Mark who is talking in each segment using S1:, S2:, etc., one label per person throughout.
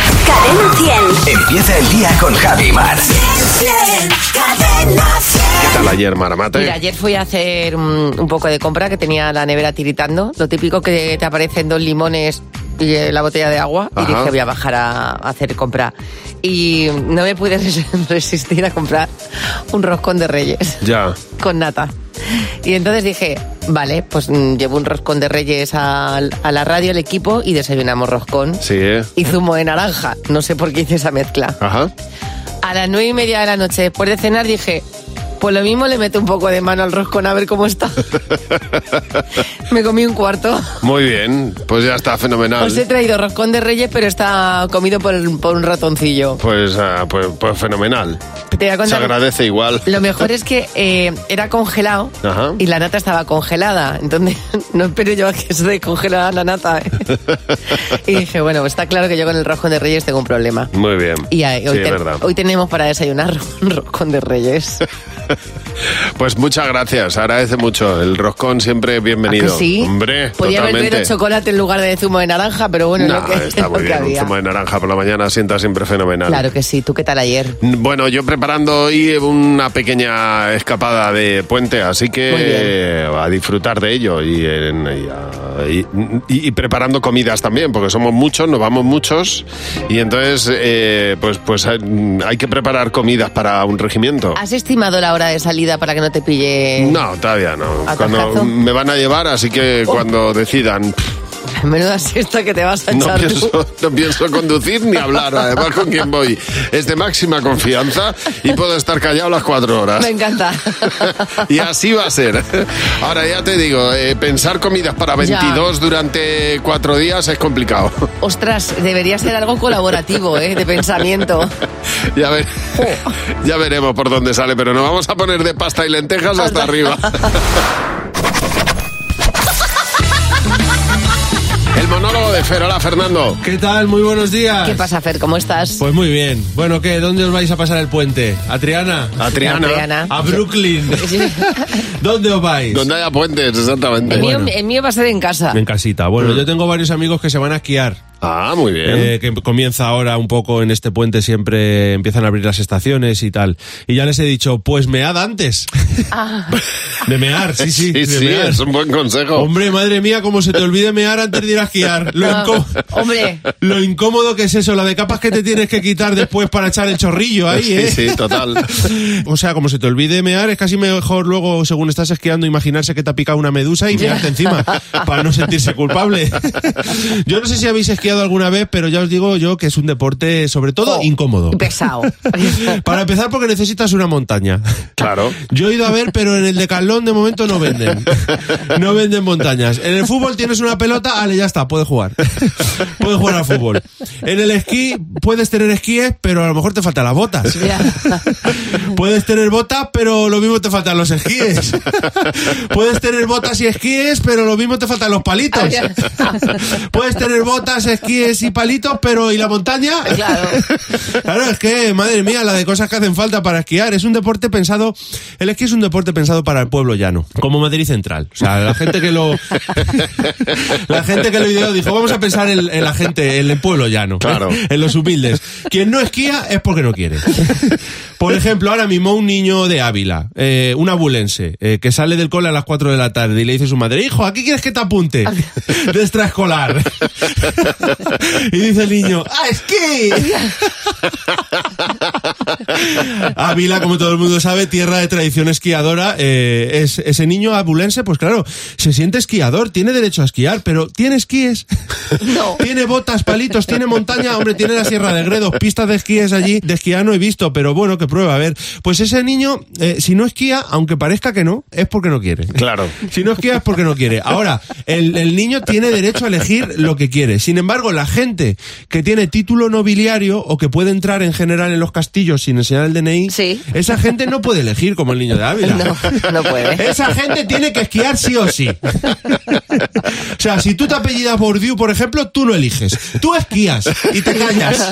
S1: Cadena 100.
S2: Empieza el día con Javi Mar.
S1: Cadena 100.
S3: ¿Qué tal ayer, Maramate?
S4: Mira, ayer fui a hacer un, un poco de compra que tenía la nevera tiritando. Lo típico que te aparecen dos limones y eh, la botella de agua.
S3: Ajá.
S4: Y dije, voy a bajar a, a hacer compra. Y no me pude res- resistir a comprar un roscón de reyes
S3: Ya.
S4: con nata. Y entonces dije, vale, pues mm, llevo un roscón de reyes al- a, la radio, al equipo, y desayunamos roscón.
S3: Sí, ¿eh?
S4: Y zumo de naranja. No sé por qué hice esa mezcla.
S3: Ajá.
S4: A las nueve y media de la noche, después de cenar, dije, pues lo mismo le meto un poco de mano al roscón a ver cómo está. Me comí un cuarto.
S3: Muy bien. Pues ya está, fenomenal.
S4: Os he traído roscón de reyes, pero está comido por, por un ratoncillo.
S3: Pues, ah, pues, pues fenomenal.
S4: Te voy a
S3: Se
S4: contar-
S3: agradece igual.
S4: Lo mejor es que eh, era congelado
S3: Ajá.
S4: y la nata estaba congelada. Entonces no esperé yo a que se descongelara la nata. ¿eh? y dije, bueno, pues está claro que yo con el roscón de reyes tengo un problema.
S3: Muy bien.
S4: Y ahí- hoy,
S3: sí, es
S4: ten-
S3: verdad.
S4: hoy tenemos para desayunar un roscón de reyes.
S3: Pues muchas gracias, agradece mucho. El roscón siempre
S4: ¿A ¿Ah, que
S3: bienvenido.
S4: sí?
S3: Hombre,
S4: Podía haber
S3: totalmente.
S4: traído chocolate en lugar de zumo de naranja, pero bueno, es
S3: No,
S4: lo que,
S3: está muy
S4: lo que
S3: bien. Un
S4: había.
S3: zumo de naranja por la mañana sienta siempre fenomenal.
S4: Claro que sí. ¿Tú qué tal ayer?
S3: Bueno, yo preparando hoy una pequeña escapada de puente, así
S4: Muy bien.
S3: que eh, a disfrutar de ello y, en- y a- y- y- y preparando comidas también, porque somos muchos, nos vamos muchos y entonces eh, pues pues hay, hay que preparar comidas para un regimiento.
S4: ¿Has estimado la hora de salida para que no te pille?
S3: No, todavía no.
S4: ¿Atajazo?
S3: Cuando me van a llevar, así que
S4: Oh.
S3: cuando decidan, pff,
S4: Menuda siesta que te vas a
S3: no
S4: echar tú.
S3: pienso, no pienso conducir ni hablar, además con quien voy. Es de máxima confianza y puedo estar callado las cuatro horas.
S4: Me encanta.
S3: y así va a ser. Ahora ya te digo, eh, pensar comidas para 22 durante cuatro días es complicado.
S4: Ostras, debería ser algo colaborativo, ¿eh? De pensamiento.
S3: ya, ver- ya veremos por dónde sale, pero nos vamos a poner de pasta y lentejas hasta arriba. El monólogo de Ferola Fernando.
S5: ¿Qué tal? Muy buenos días.
S4: ¿Qué pasa, Fer? ¿Cómo estás?
S5: Pues muy bien. Bueno, ¿qué? ¿Dónde os vais a pasar el puente? ¿A Triana?
S3: A Triana.
S4: Adriana.
S5: ¿A Brooklyn? ¿Dónde os vais?
S3: Donde haya puentes,
S4: El,
S3: exactamente.
S4: mío, el mío va a ser en casa.
S5: En casita. Bueno, yo tengo varios amigos que se van a esquiar.
S3: Mm. Ah, muy bien.
S5: eh, que comienza ahora un poco en este puente, siempre empiezan a abrir las estaciones y tal. Y ya les he dicho, pues mead antes.
S4: Ah.
S5: De mear, sí, sí.
S3: sí,
S5: de
S3: sí,
S5: mear.
S3: es un buen consejo.
S5: Hombre, madre mía, como se te olvide mear antes de ir a esquiar. Lo,
S4: Ah,
S5: incó-
S4: hombre.
S5: lo incómodo que es eso, la de capas que te tienes que quitar después para echar el chorrillo ahí, ¿eh?
S3: Sí, sí, total.
S5: O sea, como se te olvide mear, es casi mejor luego, según estás esquiando, imaginarse que te ha picado una medusa y mearte encima, para no sentirse culpable. Yo no sé si habéis esquiado alguna vez, pero ya os digo yo que es un deporte, sobre todo,
S4: Oh,
S5: incómodo.
S4: Pesado.
S5: Para empezar, porque necesitas una montaña.
S3: Claro.
S5: Yo he ido a ver, pero en el decalón de momento no venden. No venden montañas. En el fútbol tienes una pelota, vale, ya está, puedes jugar. Puedes jugar al fútbol. En el esquí puedes tener esquíes, pero a lo mejor te faltan las botas.
S4: Ya.
S5: Puedes tener botas, pero lo mismo te faltan los esquíes. Puedes tener botas y esquíes, pero lo mismo te faltan los palitos.
S4: Ah, Ya.
S5: Puedes tener botas, esquíes y palitos, pero ¿y la montaña?
S4: Claro.
S5: Claro, es que, madre mía, la de cosas que hacen falta para esquiar. Es un deporte pensado, el esquí es un deporte pensado para el pueblo llano, como Madrid Central. O sea, la gente que lo, la gente que lo ideó dijo, vamos a pensar en, en la gente, en el pueblo llano. ¿eh?
S3: Claro.
S5: En los humildes. Quien no esquía es porque no quiere. Por ejemplo, ahora mismo un niño de Ávila, eh, un abulense, eh, que sale del cole a las 4 de la tarde y le dice a su madre, hijo, ¿a qué quieres que te apunte? De extraescolar. Y dice el niño, ¡ah, esquí! Ávila, como todo el mundo sabe, tierra de tradición esquiadora. eh, es, ese niño abulense, pues claro, se siente esquiador, tiene derecho a esquiar, pero tiene esquíes.
S4: No.
S5: Tiene botas, palitos, tiene montaña, hombre, tiene la Sierra de Gredos, pistas de esquíes allí. De esquiar no he visto, pero bueno, que prueba. A ver, pues ese niño, eh, si no esquía, aunque parezca que no, es porque no quiere.
S3: Claro.
S5: Si no esquía es porque no quiere. Ahora, el, el niño tiene derecho a elegir lo que quiere. Sin embargo, la gente que tiene título nobiliario o que puede entrar en general en los castillos sin enseñar el DNI,
S4: Sí.
S5: esa gente no puede elegir como el niño de Ávila.
S4: No, no puede.
S5: Esa gente tiene que esquiar sí o sí. O sea, si tú te apellidas Bourdieu, por ejemplo, tú no eliges. Tú esquías y te callas.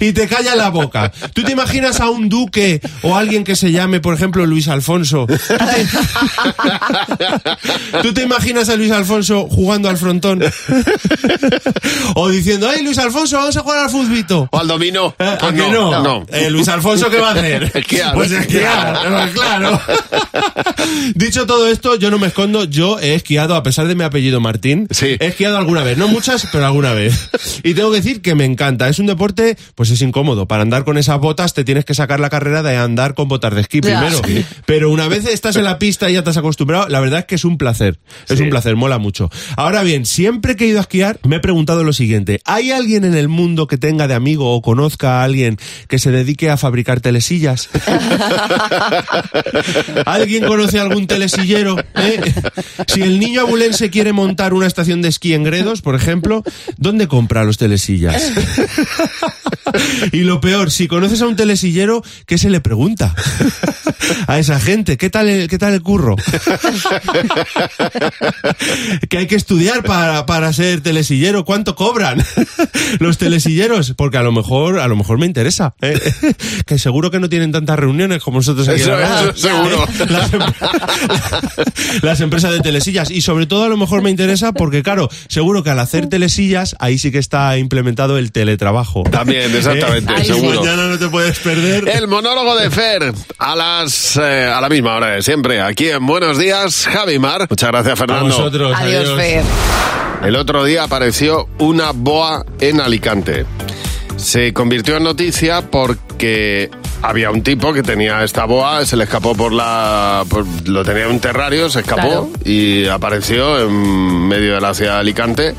S5: Y te callas la boca. ¿Tú te imaginas a un duque o alguien que se llame, por ejemplo, Luis Alfonso? ¿Tú te, ¿Tú te imaginas a Luis Alfonso jugando al frontón? O diciendo, ¡ay, Luis Alfonso, vamos a jugar al futbito!
S3: O al domino.
S5: Eh, ¿A
S3: Pues
S5: que no?
S3: no.
S5: Eh, Luis Alfonso, ¿qué va a hacer?
S3: Esquiar.
S5: Pues esquiar, eh, claro. Dicho todo esto, yo no me escondo, yo he esquiado, a pesar de mi apellido Martín,
S3: Sí.
S5: he esquiado alguna vez, no muchas, pero alguna vez. Y tengo que decir que me encanta, es un deporte, pues es incómodo, para andar con esas botas te tienes que sacar la carrera de andar con botas de esquí
S4: Ya.
S5: primero. Pero una vez estás en la pista y ya te has acostumbrado, la verdad es que es un placer, es un placer, mola mucho. Ahora bien, siempre que he ido a esquiar, me he preguntado lo siguiente, ¿hay alguien en el mundo que tenga de amigo o conozca a alguien que se dedique a fabricar telesillas? ¿Alguien conoce a algún telesillero? eh? Si el niño abulense quiere montar una estación de esquí en Gredos, por ejemplo, ¿dónde compra los telesillas? Y lo peor, si conoces a un telesillero, ¿qué se le pregunta? A esa gente, ¿qué tal el, qué tal el curro? que hay que estudiar para, para ser telesillero. ¿Cuánto cobran los telesilleros? Porque a lo mejor, a lo mejor me interesa. ¿eh? Que seguro que no tienen tantas reuniones como nosotros aquí. en la
S3: Eso-
S5: radio,
S3: eso seguro.
S5: ¿eh? Las, em- las empresas de telesillas. Y sobre todo a lo mejor me interesa porque, claro, seguro que al hacer telesillas, ahí sí que está implementado el teletrabajo.
S3: También, exactamente,
S5: Eh,
S4: seguro.
S5: Mañana no te puedes perder.
S3: El monólogo de Fer a las eh, a la misma hora de siempre, aquí en Buenos Días, Javimar. Muchas gracias,
S5: A
S3: Fernando.
S5: vosotros.
S4: Adiós, Fer.
S3: El otro día apareció una boa en Alicante. Se convirtió en noticia porque había un tipo que tenía esta boa, se le escapó por la... por- lo tenía en un terrario, se escapó
S4: Claro.
S3: y apareció en medio de la ciudad de Alicante.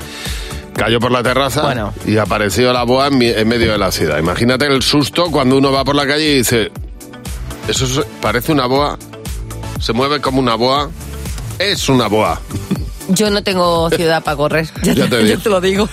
S3: Cayó por la terraza
S4: Bueno.
S3: y apareció la boa en, mi- en medio de la ciudad. Imagínate el susto cuando uno va por la calle y dice, eso es- parece una boa, se mueve como una boa, es una boa.
S4: Yo no tengo ciudad para correr. Ya,
S3: Ya te
S4: te,
S3: digo.
S4: ya te lo digo.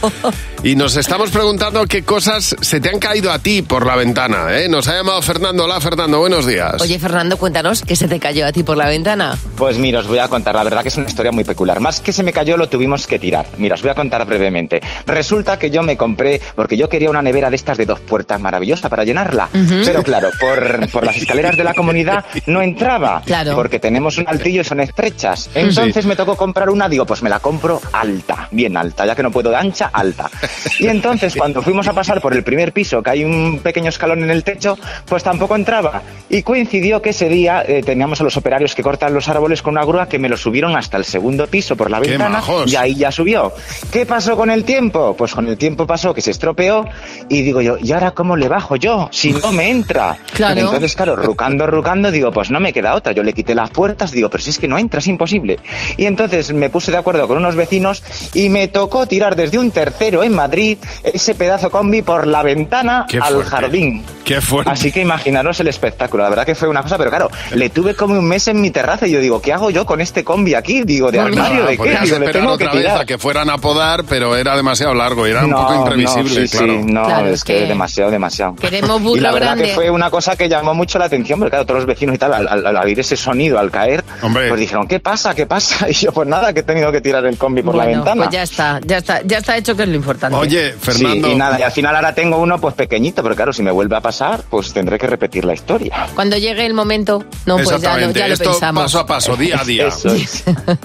S3: Y nos estamos preguntando qué cosas se te han caído a ti por la ventana. ¿eh? Nos ha llamado Fernando. Hola, Fernando, buenos días.
S4: Oye, Fernando, cuéntanos qué se te cayó a ti por la ventana.
S1: Pues mira, os voy a contar, la verdad que es una historia muy peculiar. Más que se me cayó, lo tuvimos que tirar. Mira, os voy a contar brevemente. Resulta que yo me compré, porque yo quería una nevera de estas de dos puertas maravillosa para llenarla. Pero claro, por, por las escaleras de la comunidad no entraba.
S4: Claro.
S1: Porque tenemos un altillo y son estrechas. Entonces me tocó comprar una, digo, pues me la compro alta, bien alta, ya que no puedo de ancha, alta. Y entonces cuando fuimos a pasar por el primer piso, que hay un pequeño escalón en el techo, pues tampoco entraba. Y coincidió que ese día eh, teníamos a los operarios que cortan los árboles con una grúa que me lo subieron hasta el segundo piso por la
S3: ¡Qué
S1: ventana
S3: majos!
S1: y ahí ya subió. ¿Qué pasó con el tiempo? Pues con el tiempo pasó que se estropeó y digo yo, ¿y ahora cómo le bajo yo? Si no me entra.
S4: Claro.
S1: Entonces entonces, claro, rucando, rucando, digo, pues no me queda otra. Yo le quité las puertas, digo, pero si es que no entra, es imposible. Y entonces me puse de acuerdo con unos vecinos y me tocó tirar desde un tercero en Madrid ese pedazo combi por la ventana
S3: Qué
S1: al
S3: fuerte.
S1: jardín.
S3: Qué fuerte.
S1: Así que imaginaros el espectáculo. La verdad que fue una cosa, pero claro, le tuve como un mes en mi terraza y yo digo, ¿qué hago yo con este combi aquí? Digo, de
S3: Pues
S1: armario,
S3: nada,
S1: ¿de qué?
S3: podías
S1: Digo, le
S3: esperar
S1: tengo que
S3: otra vez
S1: tirar.
S3: a que fueran a podar, pero era demasiado largo y era un poco imprevisible,
S1: no, sí,
S3: claro.
S1: sí, no,
S4: Claro, es
S1: es que
S4: que
S1: demasiado, demasiado.
S4: queremos
S1: Y
S4: burla
S1: la verdad
S4: grande.
S1: que fue una cosa que llamó mucho la atención, porque claro, todos los vecinos y tal, al, al- al oír ese sonido, al caer,
S3: Hombre.
S1: pues dijeron, ¿qué pasa? ¿Qué pasa? Y yo, pues nada, que he tenido que tirar el combi por la
S4: Bueno,
S1: ventana.
S4: pues ya está, ya está, ya está hecho que es lo importante.
S3: Oye, Fernando.
S1: Sí, y nada, y al final ahora tengo uno pues pequeñito, pero claro, si me vuelve a pasar, pues tendré que repetir la historia.
S4: Cuando llegue el momento, no, pues ya lo,
S3: exactamente.
S4: ya lo
S3: Esto
S4: pensamos.
S3: paso a paso, día a día.
S1: Eso es.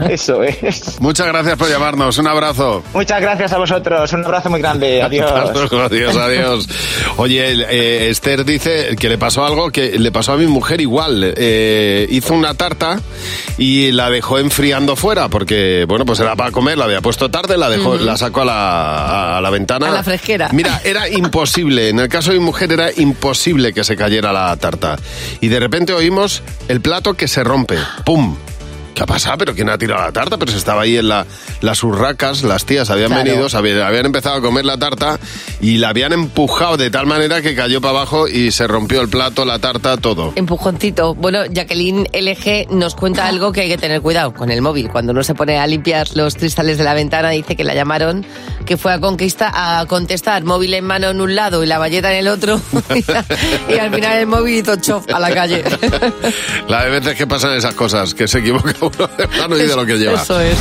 S1: Eso es.
S3: Muchas gracias por llamarnos. Un abrazo.
S1: Muchas gracias a vosotros, un abrazo muy grande, adiós.
S3: Adiós, adiós. Oye, el, eh, Esther dice que le pasó algo que le pasó a mi mujer igual. Eh, hizo una tarta y la dejó enfriando fuera porque, bueno, pues era para comer, la había puesto tarde, la dejó, la sacó a la, a la ventana.
S4: A la fresquera.
S3: Mira, era imposible. En el caso de mi mujer era imposible que se cayera la tarta. Y de repente oímos el plato que se rompe. ¡Pum! ¿Qué ha pasado? ¿Pero quién ha tirado la tarta? Pero se estaba ahí en la, las urracas, las tías habían
S1: Claro.
S3: venido, se habían, habían empezado a comer la tarta y la habían empujado de tal manera que cayó para abajo y se rompió el plato, la tarta, todo.
S4: Empujoncito. Bueno, Jacqueline LG nos cuenta algo que hay que tener cuidado con el móvil. Cuando uno se pone a limpiar los cristales de la ventana, dice que la llamaron, que fue a conquista a contestar, móvil en mano en un lado y la valleta en el otro. y al final el móvil hizo chof a la calle.
S3: La de veces que pasan esas cosas, que se equivoca uno de mano y de lo que lleva.
S4: Eso es.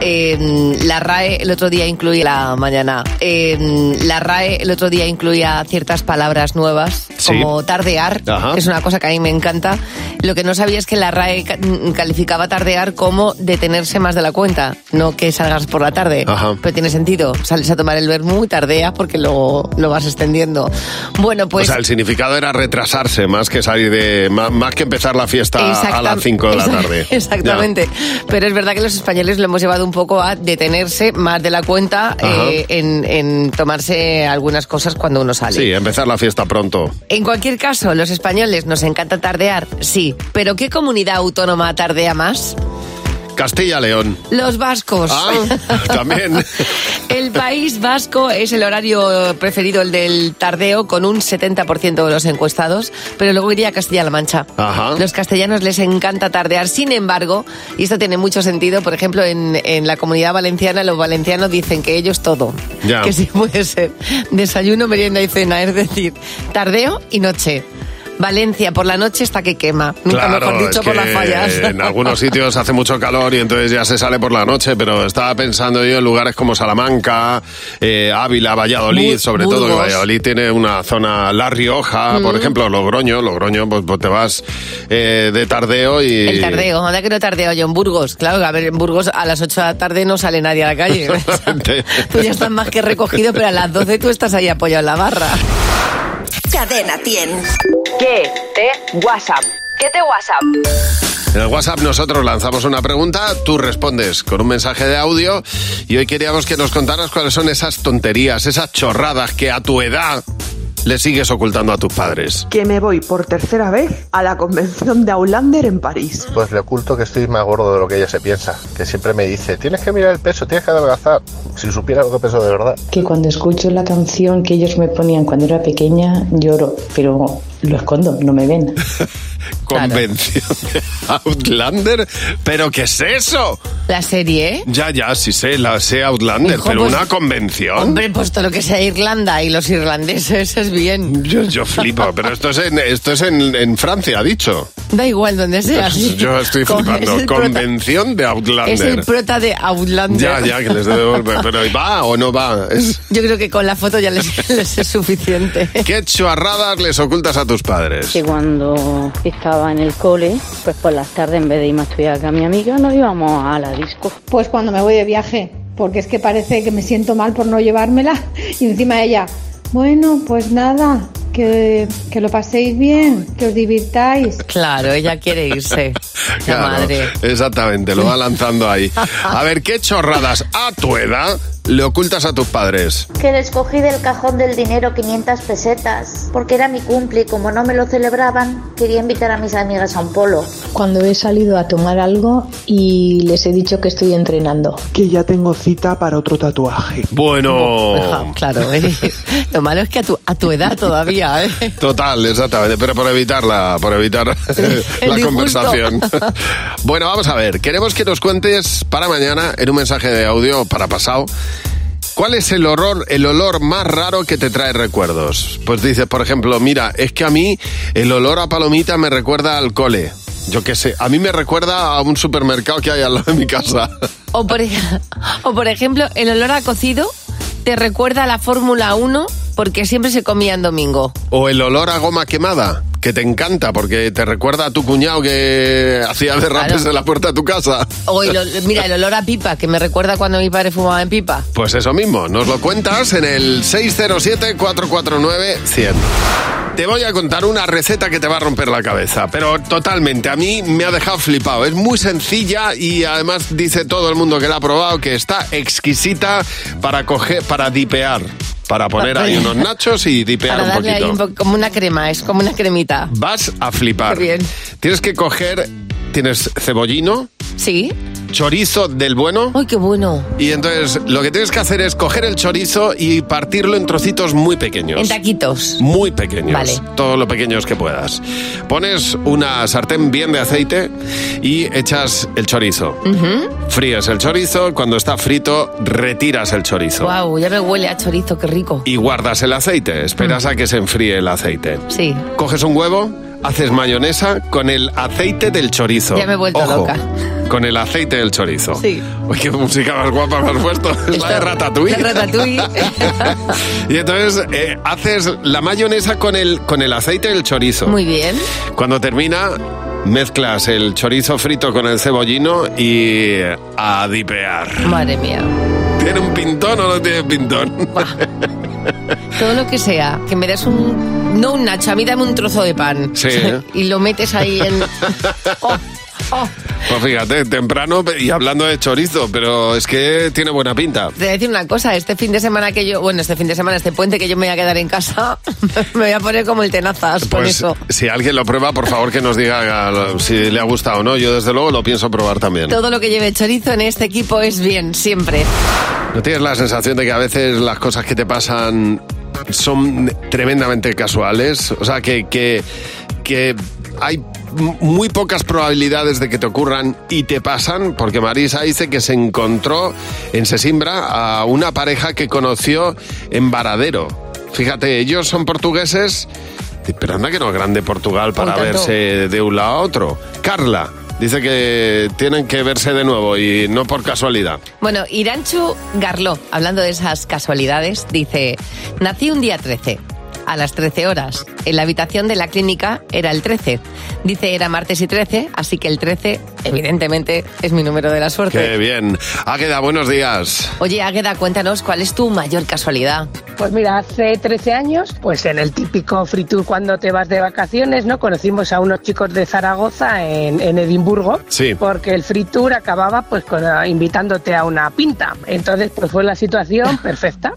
S4: Eh, la RAE el otro día incluía la mañana. eh, la RAE el otro día incluía ciertas palabras nuevas,
S3: Sí.
S4: como tardear,
S3: Ajá.
S4: que es una cosa que a mí me encanta. Lo que no sabía es que la RAE ca- mm, calificaba tardear como detenerse más de la cuenta, no que salgas por la tarde.
S3: Ajá.
S4: Pero tiene sentido. Sales a tomar el vermú y tardeas porque luego lo vas extendiendo. Bueno,
S3: O
S4: pues.
S3: sea, el significado era retrasarse más que salir de. más, más que empezar la fiesta a
S4: Exactam-
S3: las 5 de la
S4: exact-
S3: tarde.
S4: Exactamente. Pero es verdad que los españoles lo hemos llevado un poco a detenerse más de la cuenta
S3: Ajá.
S4: eh, en, en tomarse algunas cosas cuando uno
S3: Ya.
S4: sale.
S3: Sí, empezar la fiesta pronto.
S4: En cualquier caso, los españoles nos encanta tardear, sí. Pero ¿qué comunidad autónoma tardea más?
S3: Castilla-León.
S4: Los vascos.
S3: Ah, también.
S4: El País Vasco es el horario preferido, el del tardeo, con un 70% de los encuestados, pero luego iría Castilla-La Mancha.
S3: Ajá.
S4: Los castellanos les encanta tardear, sin embargo, y esto tiene mucho sentido, por ejemplo, en, en la comunidad valenciana, los valencianos dicen que ellos todo,
S3: Ya.
S4: que sí puede ser desayuno, merienda y cena, es decir, tardeo y noche. Valencia por la noche está que quema, nunca mejor dicho
S3: es
S4: por las
S3: que
S4: fallas.
S3: En algunos sitios hace mucho calor y entonces ya se sale por la noche, pero estaba pensando yo en lugares como Salamanca, eh, Ávila, Valladolid,
S4: Bu-
S3: sobre todo, que
S4: Burgos. Mm.
S3: Valladolid tiene una zona, La Rioja, por ejemplo, Logroño, Logroño, pues, pues te vas eh, de tardeo y...
S4: El tardeo, anda que no tardeo yo en Burgos. Claro, a ver, en Burgos a las 8 de la tarde no sale nadie a la calle.
S3: Exactamente.
S4: tú Pues ya estás más que recogido, pero a las 12 tú estás ahí apoyado en la barra.
S6: Cadena 100.
S7: ¿Qué te este WhatsApp? ¿Qué te WhatsApp?
S3: En el WhatsApp nosotros lanzamos una pregunta, tú respondes con un mensaje de audio y hoy queríamos que nos contaras cuáles son esas tonterías, esas chorradas que a tu edad le sigues ocultando a tus padres.
S8: que me voy por tercera vez a la convención de Aulander en París.
S9: Pues le oculto que estoy más gordo de lo que ella se piensa, que siempre me dice, tienes que mirar el peso, tienes que adelgazar, si supiera lo que peso de verdad.
S10: que cuando escucho la canción que ellos me ponían cuando era pequeña lloro, pero lo escondo, no me ven.
S4: Claro.
S3: Convención de Outlander, pero ¿qué es eso?
S4: La serie, ¿eh?
S3: Ya, ya, sí sé, la sé Outlander,
S4: Hijo,
S3: pero
S4: pues-
S3: una convención.
S4: Hombre, pues todo lo que sea Irlanda y los irlandeses es bien.
S3: Yo, yo flipo, pero esto es en, esto es en, en Francia, ha dicho.
S4: Da igual donde sea. sí.
S3: Yo estoy
S4: Con-
S3: flipando.
S4: es el prota-
S3: Convención de
S4: Es el
S3: Outlander.
S4: prota de
S3: Ya,
S4: Outlander.
S3: ya, que les debo. Pero ¿y ¿va o no va? Es-
S4: Yo creo que con la foto ya les, les es suficiente.
S3: ¿Qué chorradas les ocultas a tus padres?
S11: que cuando estaba en el cole, pues por las tardes en vez de irme a estudiar con mi amiga, nos íbamos a la disco.
S10: Pues cuando me voy de viaje, porque es que parece que me siento mal por no llevármela y encima ella, bueno, pues nada, que, que lo paséis bien, que os divirtáis.
S4: Claro, ella quiere irse. La
S3: Claro,
S4: madre.
S3: Exactamente, lo va lanzando ahí. A ver, ¿qué chorradas a tu edad le ocultas a tus padres?
S11: Que les cogí del cajón del dinero 500 pesetas, porque era mi cumple y como no me lo celebraban, quería invitar a mis amigas a un polo.
S10: Cuando he salido a tomar algo y les he dicho que estoy entrenando.
S8: Que ya tengo cita para otro tatuaje.
S3: Bueno.
S4: Claro, ¿eh? lo malo es que a tu, a tu edad todavía, ¿eh?
S3: Total, exactamente, pero por evitarla, por evitar la
S4: disgusto.
S3: conversación. Bueno, vamos a ver, queremos que nos cuentes para mañana, en un mensaje de audio para pasado, ¿cuál es el horror, el olor más raro que te trae recuerdos? Pues dices, por ejemplo, mira, es que a mí el olor a palomita me recuerda al cole. Yo qué sé, a mí me recuerda a un supermercado que hay al lado de mi casa.
S4: O por, ej- o por ejemplo, el olor a cocido te recuerda a la Fórmula 1 porque siempre se comía en domingo.
S3: O el olor a goma quemada, que te encanta porque te recuerda a tu cuñado que hacía derrapes
S4: Claro.
S3: en la puerta de tu casa.
S4: O el ol- mira, el olor a pipa, que me recuerda cuando mi padre fumaba en pipa.
S3: Pues eso mismo, nos lo cuentas en el 607-449-100. Te voy a contar una receta que te va a romper la cabeza, pero totalmente, a mí me ha dejado flipado. Es muy sencilla y además dice todo el mundo que la ha probado que está exquisita para coger, para dipear, para poner ahí unos nachos y dipear
S4: Para
S3: un
S4: darle ahí
S3: poquito.
S4: un po- como una crema, es como una cremita.
S3: Vas a flipar.
S4: Qué bien.
S3: Tienes que coger, tienes cebollino,
S4: Sí.
S3: Chorizo del bueno.
S4: Ay, qué bueno.
S3: Y entonces lo que tienes que hacer es coger el chorizo y partirlo en trocitos muy pequeños.
S4: En taquitos.
S3: Muy pequeños.
S4: Vale.
S3: Todos lo pequeños que puedas. Pones una sartén bien de aceite y echas el chorizo.
S4: Ujú.
S3: Fríes el chorizo, cuando está frito retiras el chorizo.
S4: Guau, ya me huele a chorizo, qué rico.
S3: Y guardas el aceite, esperas
S4: Mm.
S3: a que se enfríe el aceite.
S4: Sí.
S3: Coges un huevo, haces mayonesa con el aceite del chorizo.
S4: Ya me he vuelto
S3: Ojo,
S4: loca.
S3: Con el aceite del chorizo.
S4: Sí.
S3: Uy, qué música más guapa me has puesto. Es la de Ratatouille.
S4: La ratatouille.
S3: Y entonces eh, haces la mayonesa con el, con el aceite del chorizo.
S4: Muy bien.
S3: Cuando termina, mezclas el chorizo frito con el cebollino y eh, a dipear.
S4: Madre mía.
S3: ¿Tiene un pintón o no tiene pintón?
S4: Todo lo que sea, que me des un. No un nacho, a mí dame un trozo de pan.
S3: Sí. ¿eh?
S4: y lo metes ahí en. Oh, oh.
S3: Pues fíjate, temprano y hablando de chorizo, pero es que tiene buena pinta.
S4: Te voy a decir una cosa, este fin de semana que yo, bueno, este fin de semana, este puente que yo me voy a quedar en casa, me voy a poner como el tenazas por
S3: Pues
S4: eso.
S3: si alguien lo prueba, por favor que nos diga eh, si le ha gustado o no. Yo desde luego lo pienso probar también.
S4: Todo lo que lleve chorizo en este equipo es bien, siempre.
S3: ¿No tienes la sensación de que a veces las cosas que te pasan son tremendamente casuales? O sea, que, que, que hay m- muy pocas probabilidades de que te ocurran y te pasan, porque Marisa dice que se encontró en Sesimbra a una pareja que conoció en Varadero. Fíjate, ellos son portugueses, pero anda que no es grande Portugal para
S12: tanto.
S3: verse de un lado a otro. Carla dice que tienen que verse de nuevo y no por casualidad.
S4: Bueno, Iranchu Garló, hablando de esas casualidades, dice, nací un día 13, a las 13 horas. En la habitación de la clínica era el 13. Dice, era martes y 13, así que el 13, evidentemente, es mi número de la suerte.
S3: Qué bien. Águeda, buenos días.
S4: Oye, Águeda, cuéntanos cuál es tu mayor casualidad.
S13: Pues mira, hace 13 años, pues en el típico free tour cuando te vas de vacaciones, ¿no? Conocimos a unos chicos de Zaragoza en, en Edimburgo.
S3: Sí.
S13: Porque el free tour acababa pues con, ah, invitándote a una pinta. Entonces, pues fue la situación perfecta.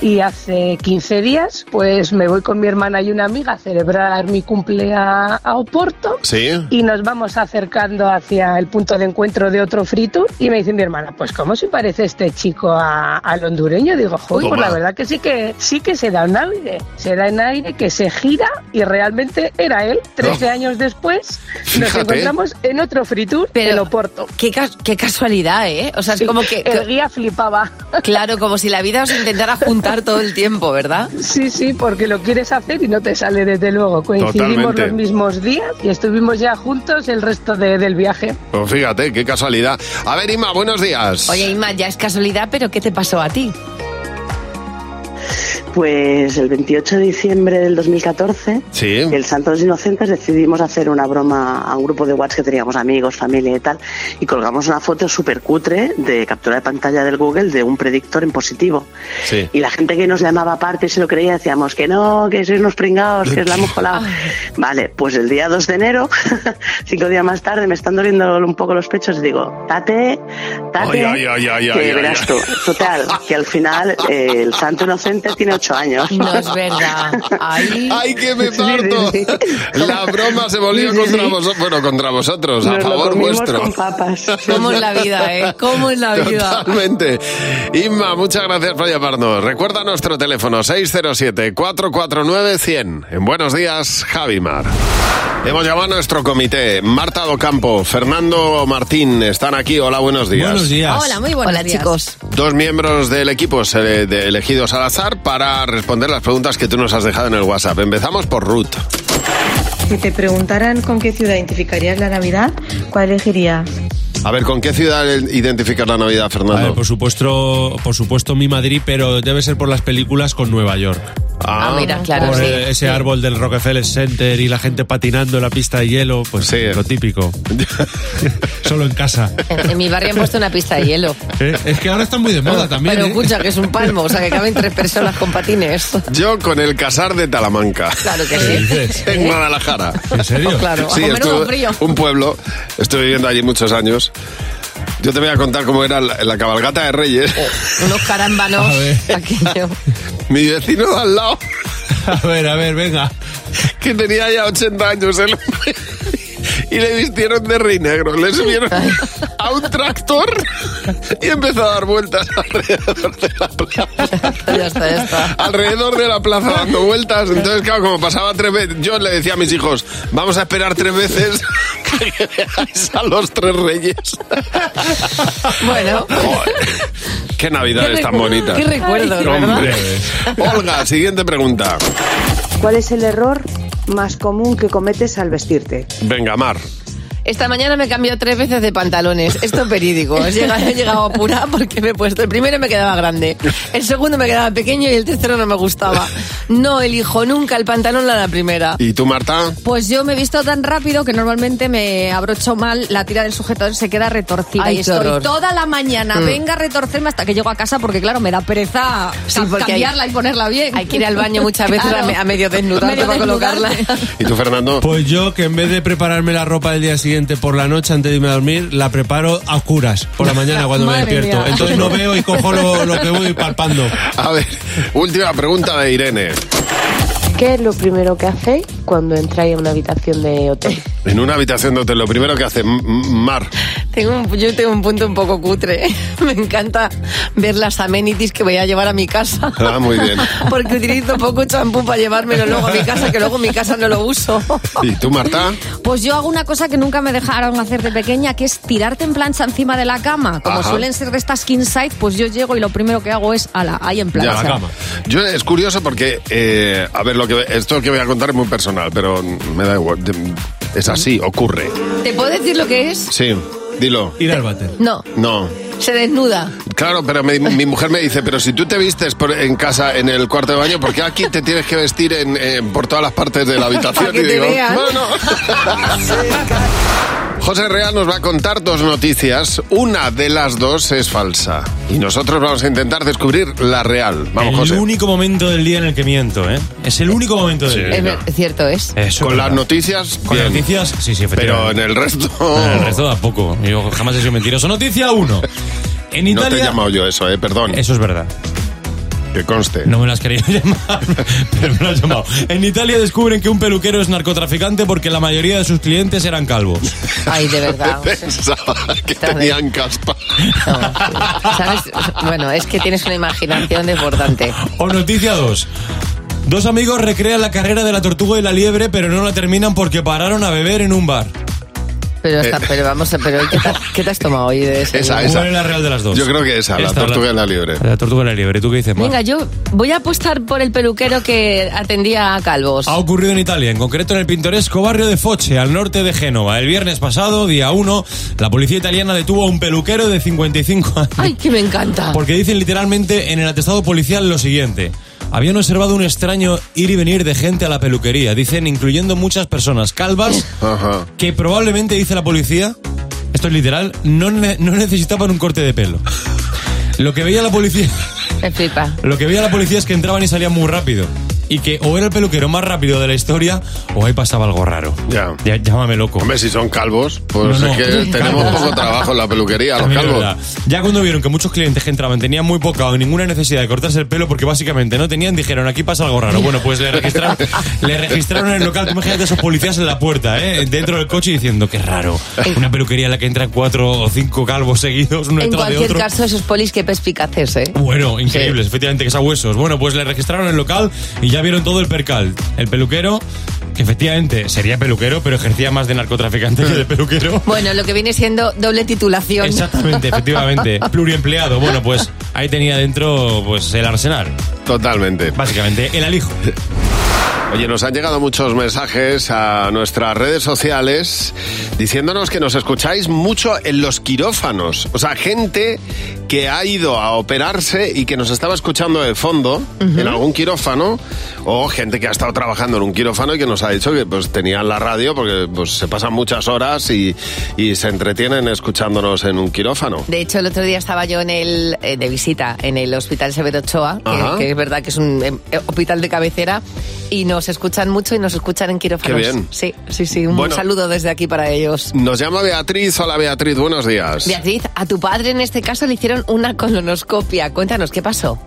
S13: Y hace 15 días, pues me voy con mi hermana y una amiga a celebrar mi cumple a, a Oporto.
S3: Sí.
S13: Y nos vamos acercando hacia el punto de encuentro de otro free tour. Y me dice mi hermana, pues ¿cómo se parece este chico a- al hondureño? Digo, joder, pues la
S14: Toma.
S13: verdad que sí que sí que se da un aire. Se da un aire que se gira y realmente era él. 13 años después nos
S4: Fíjate.
S13: encontramos en otro free tour en Oporto.
S4: Qué, cas- qué casualidad, ¿eh? O sea, es como que...
S13: El guía flipaba.
S4: Claro, como si la vida os intentara juntar todo el tiempo, ¿verdad?
S13: Sí, sí, porque lo quieres hacer y no te sale desde luego. Coincidimos
S3: Totalmente.
S13: los mismos días y estuvimos ya juntos el resto de- del viaje.
S3: Pues fíjate, qué casualidad. A ver, Ima, buenos días.
S4: Oye, Ima, ya es casualidad, pero ¿qué te pasó a ti?
S15: Pues el 28 de diciembre del 2014,
S3: Sí.
S15: el Santo de los Inocentes, decidimos hacer una broma a un grupo de WhatsApp que teníamos amigos, familia y tal, y colgamos una foto súper cutre de captura de pantalla del Google de un predictor en positivo.
S3: Sí.
S15: Y la gente que nos llamaba aparte y se lo creía, decíamos que no, que sois unos pringados, que os la hemos colado. Vale, pues el día 2 de enero, cinco días más tarde, me están doliendo un poco los pechos y digo, tate, tate,
S3: Ay, ay, ay, ay,
S15: que
S3: ay, ay,
S15: verás
S3: ay.
S15: tú. Total, que al final eh, el santo inocente tiene ocho años.
S4: No es verdad. Ay,
S3: que me parto. La broma se volvió contra vosotros, bueno, contra vosotros, a
S15: Nos lo
S3: favor
S15: comimos
S3: vuestro.
S15: con papas.
S4: ¿Cómo es la vida, eh? ¿Cómo es la vida?
S3: Totalmente. Inma, muchas gracias por llamarnos. Recuerda nuestro teléfono 607-449-100. En Buenos Días, Javi Mar. Hemos llamado a nuestro comité. Marta Docampo, Fernando Martín están aquí. Hola, buenos días.
S5: Buenos días.
S4: Hola, muy buenos Hola, chicos.
S3: Dos miembros del equipo se- de- elegidos al azar para responder las preguntas que tú nos has dejado en el WhatsApp. Empezamos por Ruth.
S16: Si te preguntaran con qué ciudad identificarías la Navidad, ¿cuál elegirías?
S3: A ver, ¿con qué ciudad identificas la Navidad, Fernando?
S5: Por supuesto, por supuesto mi Madrid, pero debe ser por las películas con Nueva York.
S3: Ah,
S4: mira, claro,
S5: Por
S4: sí.
S5: eh, ese árbol del Rockefeller Center y la gente patinando en la pista de hielo, pues lo típico. Solo en casa.
S4: En, en mi barrio han puesto una pista de hielo.
S5: Eh, Es que ahora está muy de moda también.
S4: Pero
S5: ¿eh?
S4: escucha, que es un palmo, o sea, que caben tres personas con patines.
S3: Yo con el casar de Talamanca.
S4: Claro que sí.
S3: En Guadalajara. ¿En
S5: serio?
S4: Pues claro,
S3: Sí,
S4: a menudo
S3: estuve-
S4: frío.
S3: un pueblo. Estuve viviendo allí muchos años. Yo te voy a contar cómo era la, la cabalgata de Reyes.
S4: Unos carambanos. pequeños.
S3: Mi vecino de al lado.
S5: A ver, a ver, venga.
S3: Que tenía ya 80 años el hombre. y le vistieron de rey negro. Le subieron a un tractor y empezó a dar vueltas alrededor de la plaza.
S4: Ya está, ya está.
S3: Alrededor de la plaza dando vueltas. Entonces, claro, como pasaba tres veces, yo le decía a mis hijos, vamos a esperar tres veces que veáis a los tres reyes.
S4: Bueno.
S3: Qué navidades
S4: Qué
S3: tan
S4: recu-
S3: bonitas.
S4: qué recuerdos,
S3: Hombre. Olga, siguiente pregunta.
S17: ¿Cuál es el error más común que cometes al vestirte?
S3: Venga, Mar.
S4: Esta mañana me he cambiado tres veces de pantalones. Esto es verídico. He llegado, he llegado apurada porque me he puesto. El primero me quedaba grande, el segundo me quedaba pequeño y el tercero no me gustaba. No elijo nunca el pantalón a la primera.
S3: ¿Y tú, Marta?
S18: Pues yo me he visto tan rápido que normalmente me abrocho mal, la tira del sujetador se queda retorcida
S4: Ay,
S18: y
S4: qué
S18: estoy
S4: horror.
S18: toda la mañana,
S4: Mm.
S18: venga a retorcerme hasta que llego a casa porque claro, me da pereza
S4: Sí,
S18: ca-
S4: porque hay-
S18: cambiarla y ponerla bien.
S4: Hay que ir al baño muchas veces
S18: Claro.
S4: a, me- a medio desnudarte
S18: Medio
S4: para colocarla.
S3: ¿Y tú, Fernando?
S5: Pues yo, que en vez de prepararme la ropa el día siguiente por la noche antes de irme a dormir, la preparo a oscuras por la mañana cuando me
S3: Madre
S5: despierto.
S3: mía.
S5: Entonces no veo y cojo lo, lo que voy palpando.
S3: A ver, última pregunta de Irene.
S19: ¿Qué es lo primero que hacéis cuando entráis a una habitación de hotel?
S3: En una habitación de hotel, lo primero que hace M- M- Mar.
S4: Tengo un- yo tengo un punto un poco cutre. Me encanta ver las amenities que voy a llevar a mi casa.
S3: Ah, muy bien.
S4: Porque utilizo poco champú para llevármelo luego a mi casa, que luego en mi casa no lo uso.
S3: ¿Y tú, Marta?
S18: Pues yo hago una cosa que nunca me dejaron hacer de pequeña, que es tirarte en plancha encima de la cama. Como
S3: Ajá.
S18: suelen ser de estas king side, pues yo llego y lo primero que hago es, ala, ahí en plancha.
S3: Ya. Yo es curioso porque, eh, a ver, lo que esto que voy a contar es muy personal, pero me da igual. de- Es así, ocurre.
S4: ¿Te puedo decir lo que es?
S3: Sí, dilo.
S5: Ir al váter.
S4: No,
S3: No.
S4: se desnuda.
S3: Claro, pero mi, mi mujer me dice, pero si tú te vistes por- en casa, en el cuarto de baño, ¿por qué aquí te tienes que vestir en, en- por todas las partes de la habitación?
S2: Para que
S3: Y
S2: te
S3: digo,
S2: vean.
S3: "Bueno". José Real nos va a contar dos noticias. Una de las dos es falsa. Y nosotros vamos a intentar descubrir la real. Vamos,
S20: el
S3: Oh, José.
S20: único momento del día en el que miento, ¿eh? Es el único momento del día.
S4: Es ver- cierto, es.
S3: Con las noticias.
S20: Con las
S3: bien.
S20: noticias, sí, sí,
S3: Pero
S20: efectivamente.
S3: en el resto.
S20: En el resto tampoco. Yo jamás he sido mentiroso. Noticia 1. En
S3: No te he
S20: Italia.
S3: llamado yo eso, eh, perdón.
S20: Eso es verdad.
S3: Que conste.
S20: No me las quería llamar, pero me lo has llamado. En Italia descubren que un peluquero es narcotraficante porque la mayoría de sus clientes eran calvos.
S4: Ay, de verdad.
S3: Pensaba que tenían caspa.
S4: Ah, ¿Sabes? Bueno, es que tienes una imaginación desbordante.
S20: O noticia 2. Dos amigos recrean la carrera de la tortuga y la liebre, pero no la terminan porque pararon a beber en un bar.
S4: Pero, hasta-
S20: Eh.
S4: pero vamos, a- pero ¿qué te, qué te has tomado hoy de ese?
S20: Esa, ¿Cuál es la real de las dos?
S3: Yo creo que esa, la
S20: Esta,
S3: tortuga y la liebre.
S20: La tortuga y la liebre, ¿tú qué dices, Mar?
S4: Venga, yo voy a apostar por el peluquero que atendía a calvos.
S20: Ha ocurrido en Italia, en concreto en el pintoresco barrio de Foce, al norte de Génova. El viernes pasado, día 1, la policía italiana detuvo a un peluquero de 55 años.
S4: Ay, que me encanta.
S20: Porque dicen literalmente en el atestado policial lo siguiente. Habían observado un extraño ir y venir de gente a la peluquería, dicen, incluyendo muchas personas calvas, que probablemente, dice la policía, esto es literal, no, ne- no necesitaban un corte de pelo. Lo que veía la policía...
S4: Me flipa.
S20: Lo que veía la policía es que entraban y salían muy rápido. Y que o era el peluquero más rápido de la historia o ahí pasaba algo raro.
S3: Ya.
S20: Llámame loco.
S3: Hombre, si son calvos, pues
S20: No, no.
S3: es que tenemos poco trabajo en la peluquería, los
S20: También es
S3: calvos.
S20: verdad. Ya cuando vieron que muchos clientes que entraban tenían muy poca o ninguna necesidad de cortarse el pelo porque básicamente no tenían, dijeron aquí pasa algo raro. Bueno, pues le registraron, le registraron en el local. Tú imagínate a esos policías en la puerta, ¿eh? dentro del coche diciendo qué raro. Una peluquería en la que entran cuatro o cinco calvos seguidos, uno
S4: Eh. En
S20: detrás de
S4: cualquier
S20: otro.
S4: caso, esos polis que perspicaces, ¿eh?
S20: Bueno, increíbles, efectivamente, que es a huesos. Bueno, pues le registraron el local y ya vieron todo el percal. El peluquero, que efectivamente sería peluquero, pero ejercía más de narcotraficante que de peluquero.
S4: Bueno, lo que viene siendo doble titulación.
S20: Exactamente, efectivamente. Pluriempleado. Bueno, pues ahí tenía dentro pues el arsenal.
S3: Totalmente.
S20: Básicamente, el alijo.
S3: Oye, nos han llegado muchos mensajes a nuestras redes sociales diciéndonos que nos escucháis mucho en los quirófanos. O sea, gente que ha ido a operarse y que nos estaba escuchando de fondo en algún quirófano o gente que ha estado trabajando en un quirófano y que nos ha dicho que pues tenían la radio porque pues se pasan muchas horas y, y se entretienen escuchándonos en un quirófano.
S4: De hecho, el otro día estaba yo en el, eh, de visita en el Hospital Severo Ochoa,
S3: Ajá.
S4: que, que es verdad que es un eh, hospital de cabecera, y nos escuchan mucho y nos escuchan en
S3: Qué
S4: quirófanos.
S3: bien.
S4: Sí, sí, sí. Un
S3: Bueno.
S4: saludo desde aquí para ellos.
S3: Nos llama Beatriz. Hola Beatriz, buenos días.
S4: Beatriz, a tu padre en este caso le hicieron una colonoscopia. Cuéntanos, ¿qué pasó?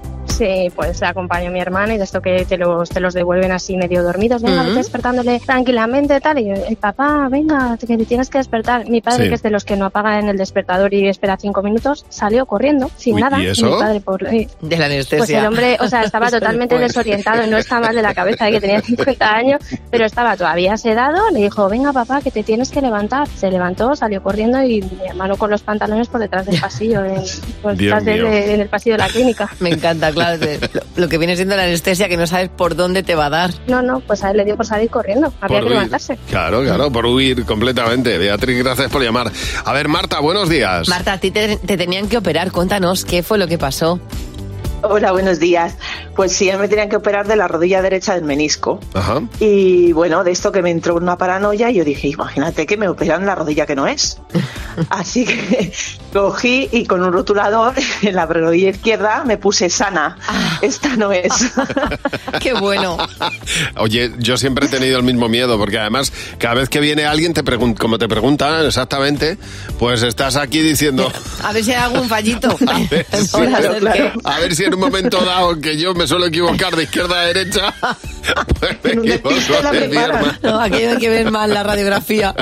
S21: y pues acompaño a mi hermana y de esto que te los, te los devuelven así medio dormidos, venga,
S22: Ujú.
S21: vete despertándole tranquilamente, tal, y yo, "Eh, papá, venga, que te tienes que despertar. Mi padre,
S22: Sí.
S21: que es de los que no apaga en el despertador y espera cinco minutos, salió corriendo, sin
S4: Uy,
S21: nada,
S4: ¿y eso?
S21: mi padre por... eh,
S4: De la anestesia.
S21: pues el hombre, o sea, estaba totalmente
S4: Bueno.
S21: desorientado, no estaba mal de la cabeza, ¿eh? que tenía 50 años, pero estaba todavía sedado. Le dijo, venga papá, que te tienes que levantar. Se levantó, salió corriendo y mi hermano con los pantalones por detrás del pasillo, en, por
S4: Dios
S21: detrás de-
S4: mío.
S21: de- en el pasillo de la clínica.
S4: Me encanta, claro. de- lo, lo que viene siendo la anestesia que no sabes por dónde te va a dar.
S21: No, no, pues a él le dio por salir corriendo,
S3: Por
S21: había que
S3: huir.
S21: levantarse.
S3: Claro, claro, por huir completamente. Beatriz, gracias por llamar. A ver, Marta, buenos días.
S4: Marta, a ti te, te tenían que operar. Cuéntanos qué fue lo que pasó.
S13: Hola, buenos días. Pues sí, a mí me tenían que operar de la rodilla derecha del menisco.
S3: Ajá.
S13: Y bueno, de esto que me entró una paranoia y yo dije, imagínate que me operan la rodilla que no es. Así que cogí y con un rotulador en la rodilla izquierda me puse sana.
S7: Ah.
S13: Esta no es.
S4: Qué bueno.
S3: Oye, yo siempre he tenido el mismo miedo, porque además, cada vez que viene alguien, te pregun- como te preguntan exactamente, pues estás aquí diciendo,
S4: A ver si hay algún fallito.
S3: Sí,
S4: Ahora,
S3: pero
S4: ¿sabes qué?
S3: A ver si en un momento dado que yo me suelo equivocar de izquierda a derecha, pues me equivoco de pierna.
S4: No, aquí hay que ver mal la radiografía.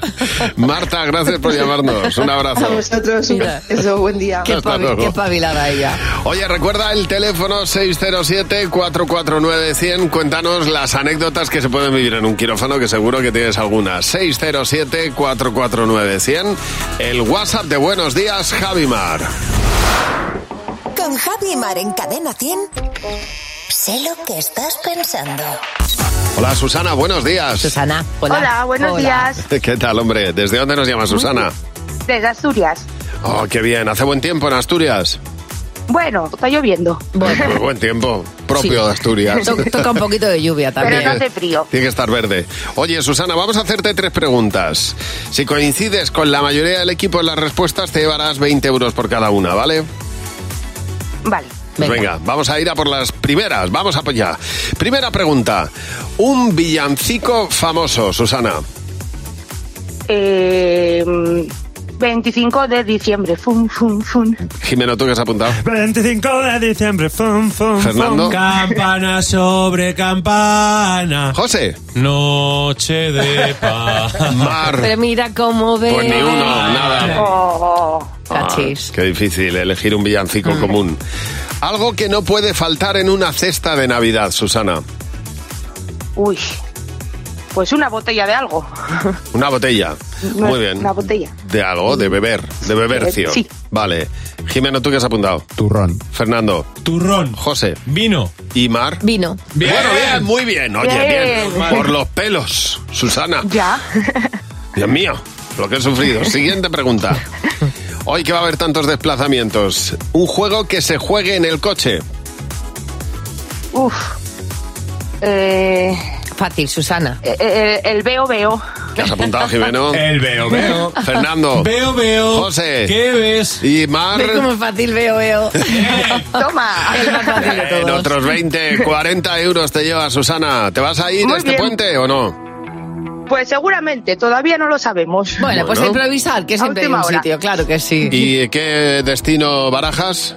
S3: Marta, gracias por llamarnos. Un
S13: A
S3: abrazo.
S13: vosotros, un
S4: Mira.
S13: beso, buen día.
S4: Qué,
S3: Hasta
S4: pavi-
S3: luego.
S4: qué espabilada ella.
S3: Oye, recuerda el teléfono 607-449-100. Cuéntanos las anécdotas que se pueden vivir en un quirófano, que seguro que tienes alguna. 607-449-100. El WhatsApp de Buenos Días, Javimar.
S6: Con Javi y Mar en Cadena 100. Sé lo que estás pensando.
S3: Hola, Susana, buenos días.
S4: Susana,
S7: hola. Hola, buenos Hola.
S3: ¿Qué tal, hombre? ¿Desde dónde nos llama Susana?
S7: Desde Asturias.
S3: Oh, qué bien. Hace buen tiempo en Asturias.
S7: Bueno, está lloviendo.
S3: Pues buen tiempo. Propio
S4: Sí.
S3: de Asturias.
S4: To- toca un poquito de lluvia también.
S7: Pero no hace frío.
S3: Tiene que estar verde. Oye, Susana, vamos a hacerte tres preguntas. Si coincides con la mayoría del equipo en las respuestas, te llevarás 20 euros por cada una, ¿vale?
S7: Vale.
S3: Pues venga, vamos a ir a por las primeras. Vamos a apoyar. Primera pregunta. Un villancico famoso, Susana.
S7: Eh, mm, 25 de diciembre. Fum, fum, fum.
S3: Jimeno, ¿tú que has apuntado?
S20: 25 de diciembre, fum, fum,
S3: Fernando.
S20: Campana sobre campana.
S3: José.
S20: Noche de paz.
S3: Mar.
S4: Pero mira cómo ve.
S3: Pues ni uno, nada.
S7: Oh.
S4: Cachis.
S3: Ah, qué difícil elegir un villancico
S7: Mm.
S3: común. Algo que no puede faltar en una cesta de Navidad, Susana.
S7: Uy. Pues una botella de algo.
S3: Una botella.
S7: Una-
S3: Muy bien.
S7: Una botella.
S3: De algo, de beber, de bebercio.
S7: Sí.
S3: Vale. Jimeno, ¿tú qué has apuntado? Turrón. Fernando. Turrón. José. Vino. Y Mar.
S4: Vino.
S3: Bien. Bueno, bien, muy bien. Oye, bien.
S7: Bien.
S3: Por los pelos, Susana.
S7: Ya.
S3: Dios mío, lo que he sufrido. Siguiente pregunta. Hoy que va a haber tantos desplazamientos. Un juego que se juegue en el coche.
S7: Uf. Eh,
S4: Fácil, Susana.
S7: eh, eh, el veo veo.
S3: ¿Qué has apuntado, Jimeno?
S20: El veo, veo.
S3: Fernando.
S20: Veo, veo.
S3: José.
S20: ¿Qué ves?
S3: Y Mar.
S4: Ve cómo es fácil veo, veo.
S7: Toma.
S4: El más fácil de
S3: En
S4: todos.
S3: otros 20, 40 euros te lleva Susana. ¿Te vas a ir
S7: Muy
S3: este
S7: bien.
S3: puente o no?
S7: Pues seguramente, todavía no lo sabemos.
S4: Bueno, pues
S3: Bueno.
S4: improvisar, que
S7: A
S4: siempre hay un
S7: última hora.
S4: sitio, claro que sí.
S3: ¿Y qué destino barajas?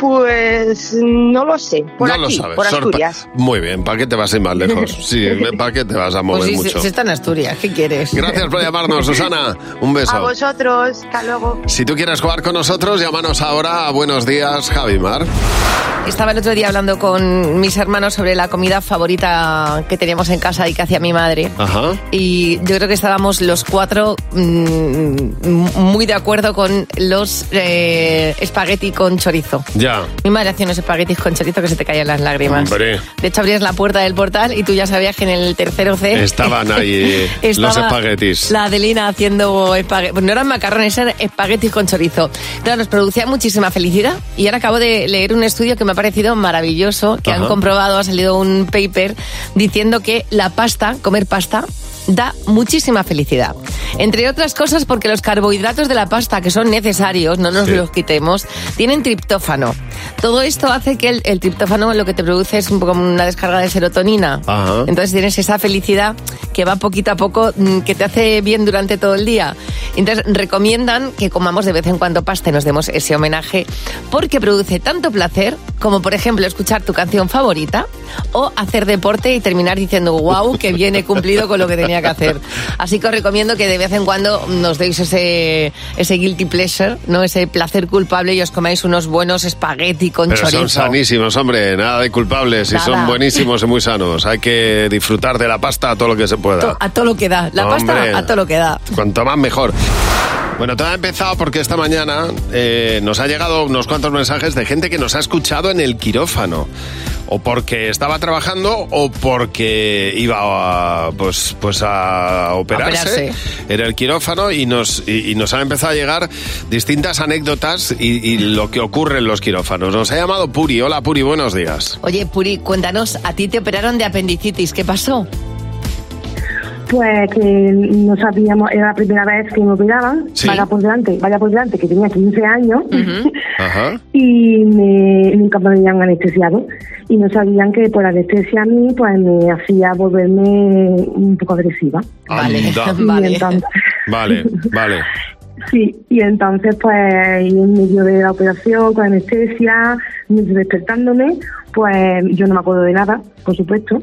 S7: Pues no lo sé. Por
S3: no
S7: aquí,
S3: lo sabes.
S7: por
S3: Sorpa-
S7: Asturias.
S3: Muy bien, ¿para qué te vas a ir más lejos? Sí, ¿para qué te vas a mover
S4: Pues sí, se-
S3: mucho?
S4: se está en Asturias, ¿qué quieres?
S3: Gracias por llamarnos, Susana. Un beso.
S7: A vosotros, hasta luego.
S3: Si tú quieres jugar con nosotros, llámanos ahora a Buenos Días, Javimar.
S4: Estaba el otro día hablando con mis hermanos sobre la comida favorita que teníamos en casa y que hacía mi madre.
S3: Ajá.
S4: Y yo creo que estábamos los cuatro mm, muy de acuerdo con los eh, espagueti con chorizo.
S3: Ya.
S4: Mi madre hacía unos espaguetis con chorizo que se te caían las lágrimas.
S3: Hombre.
S4: De hecho, abrías la puerta del portal y tú ya sabías que en el tercero C
S3: Estaban ahí los
S4: estaba
S3: espaguetis.
S4: La Adelina haciendo espaguetis. No eran macarrones, eran espaguetis con chorizo. Claro, nos producía muchísima felicidad. Y ahora acabo de leer un estudio que me ha parecido maravilloso, que
S3: Ajá.
S4: han comprobado, ha salido un paper diciendo que la pasta, comer pasta, da muchísima felicidad. Entre otras cosas porque los carbohidratos de la pasta, que son necesarios, no nos
S3: Sí.
S4: los quitemos, tienen triptófano. Todo esto hace que el, el triptófano lo que te produce es un poco como una descarga de serotonina.
S3: Ajá.
S4: Entonces tienes esa felicidad que va poquito a poco, mm, que te hace bien durante todo el día. Entonces recomiendan que comamos de vez en cuando pasta y nos demos ese homenaje porque produce tanto placer como por ejemplo escuchar tu canción favorita o hacer deporte y terminar diciendo wow, que bien he cumplido con lo que tenía que hacer. Así que os recomiendo que de vez en cuando nos deis ese, ese guilty pleasure, ¿no? ese placer culpable y os comáis unos buenos espagueti con
S3: Pero
S4: chorizo.
S3: son sanísimos, hombre, nada de culpables y
S4: Nada.
S3: son buenísimos y muy sanos. Hay que disfrutar de la pasta todo lo que se pueda.
S4: To- a todo lo que da. La
S3: Hombre.
S4: pasta a todo lo que da.
S3: Cuanto más mejor. Bueno, todo ha empezado porque esta mañana eh, nos ha llegado unos cuantos mensajes de gente que nos ha escuchado en el quirófano. O porque estaba trabajando o porque iba a, pues, pues a operarse,
S22: Operarse.
S3: en el quirófano y nos, y, y nos han empezado a llegar distintas anécdotas y, y lo que ocurre en los quirófanos. Nos ha llamado Puri. Hola Puri, buenos días.
S4: Oye, Puri, cuéntanos, a ti te operaron de apendicitis, ¿qué pasó?
S22: Pues que no sabíamos, era la primera vez que me operaban,
S3: Sí.
S22: vaya por delante, vaya por delante, que tenía 15 años
S3: Ajá.
S22: y me- nunca me habían anestesiado y no sabían que por anestesia a mí pues me hacía volverme un poco agresiva.
S3: Anda.
S22: Y entonces-
S3: Vale, vale.
S22: Sí, y entonces pues y en medio de la operación, con anestesia, medio despertándome, pues yo no me acuerdo de nada, por supuesto,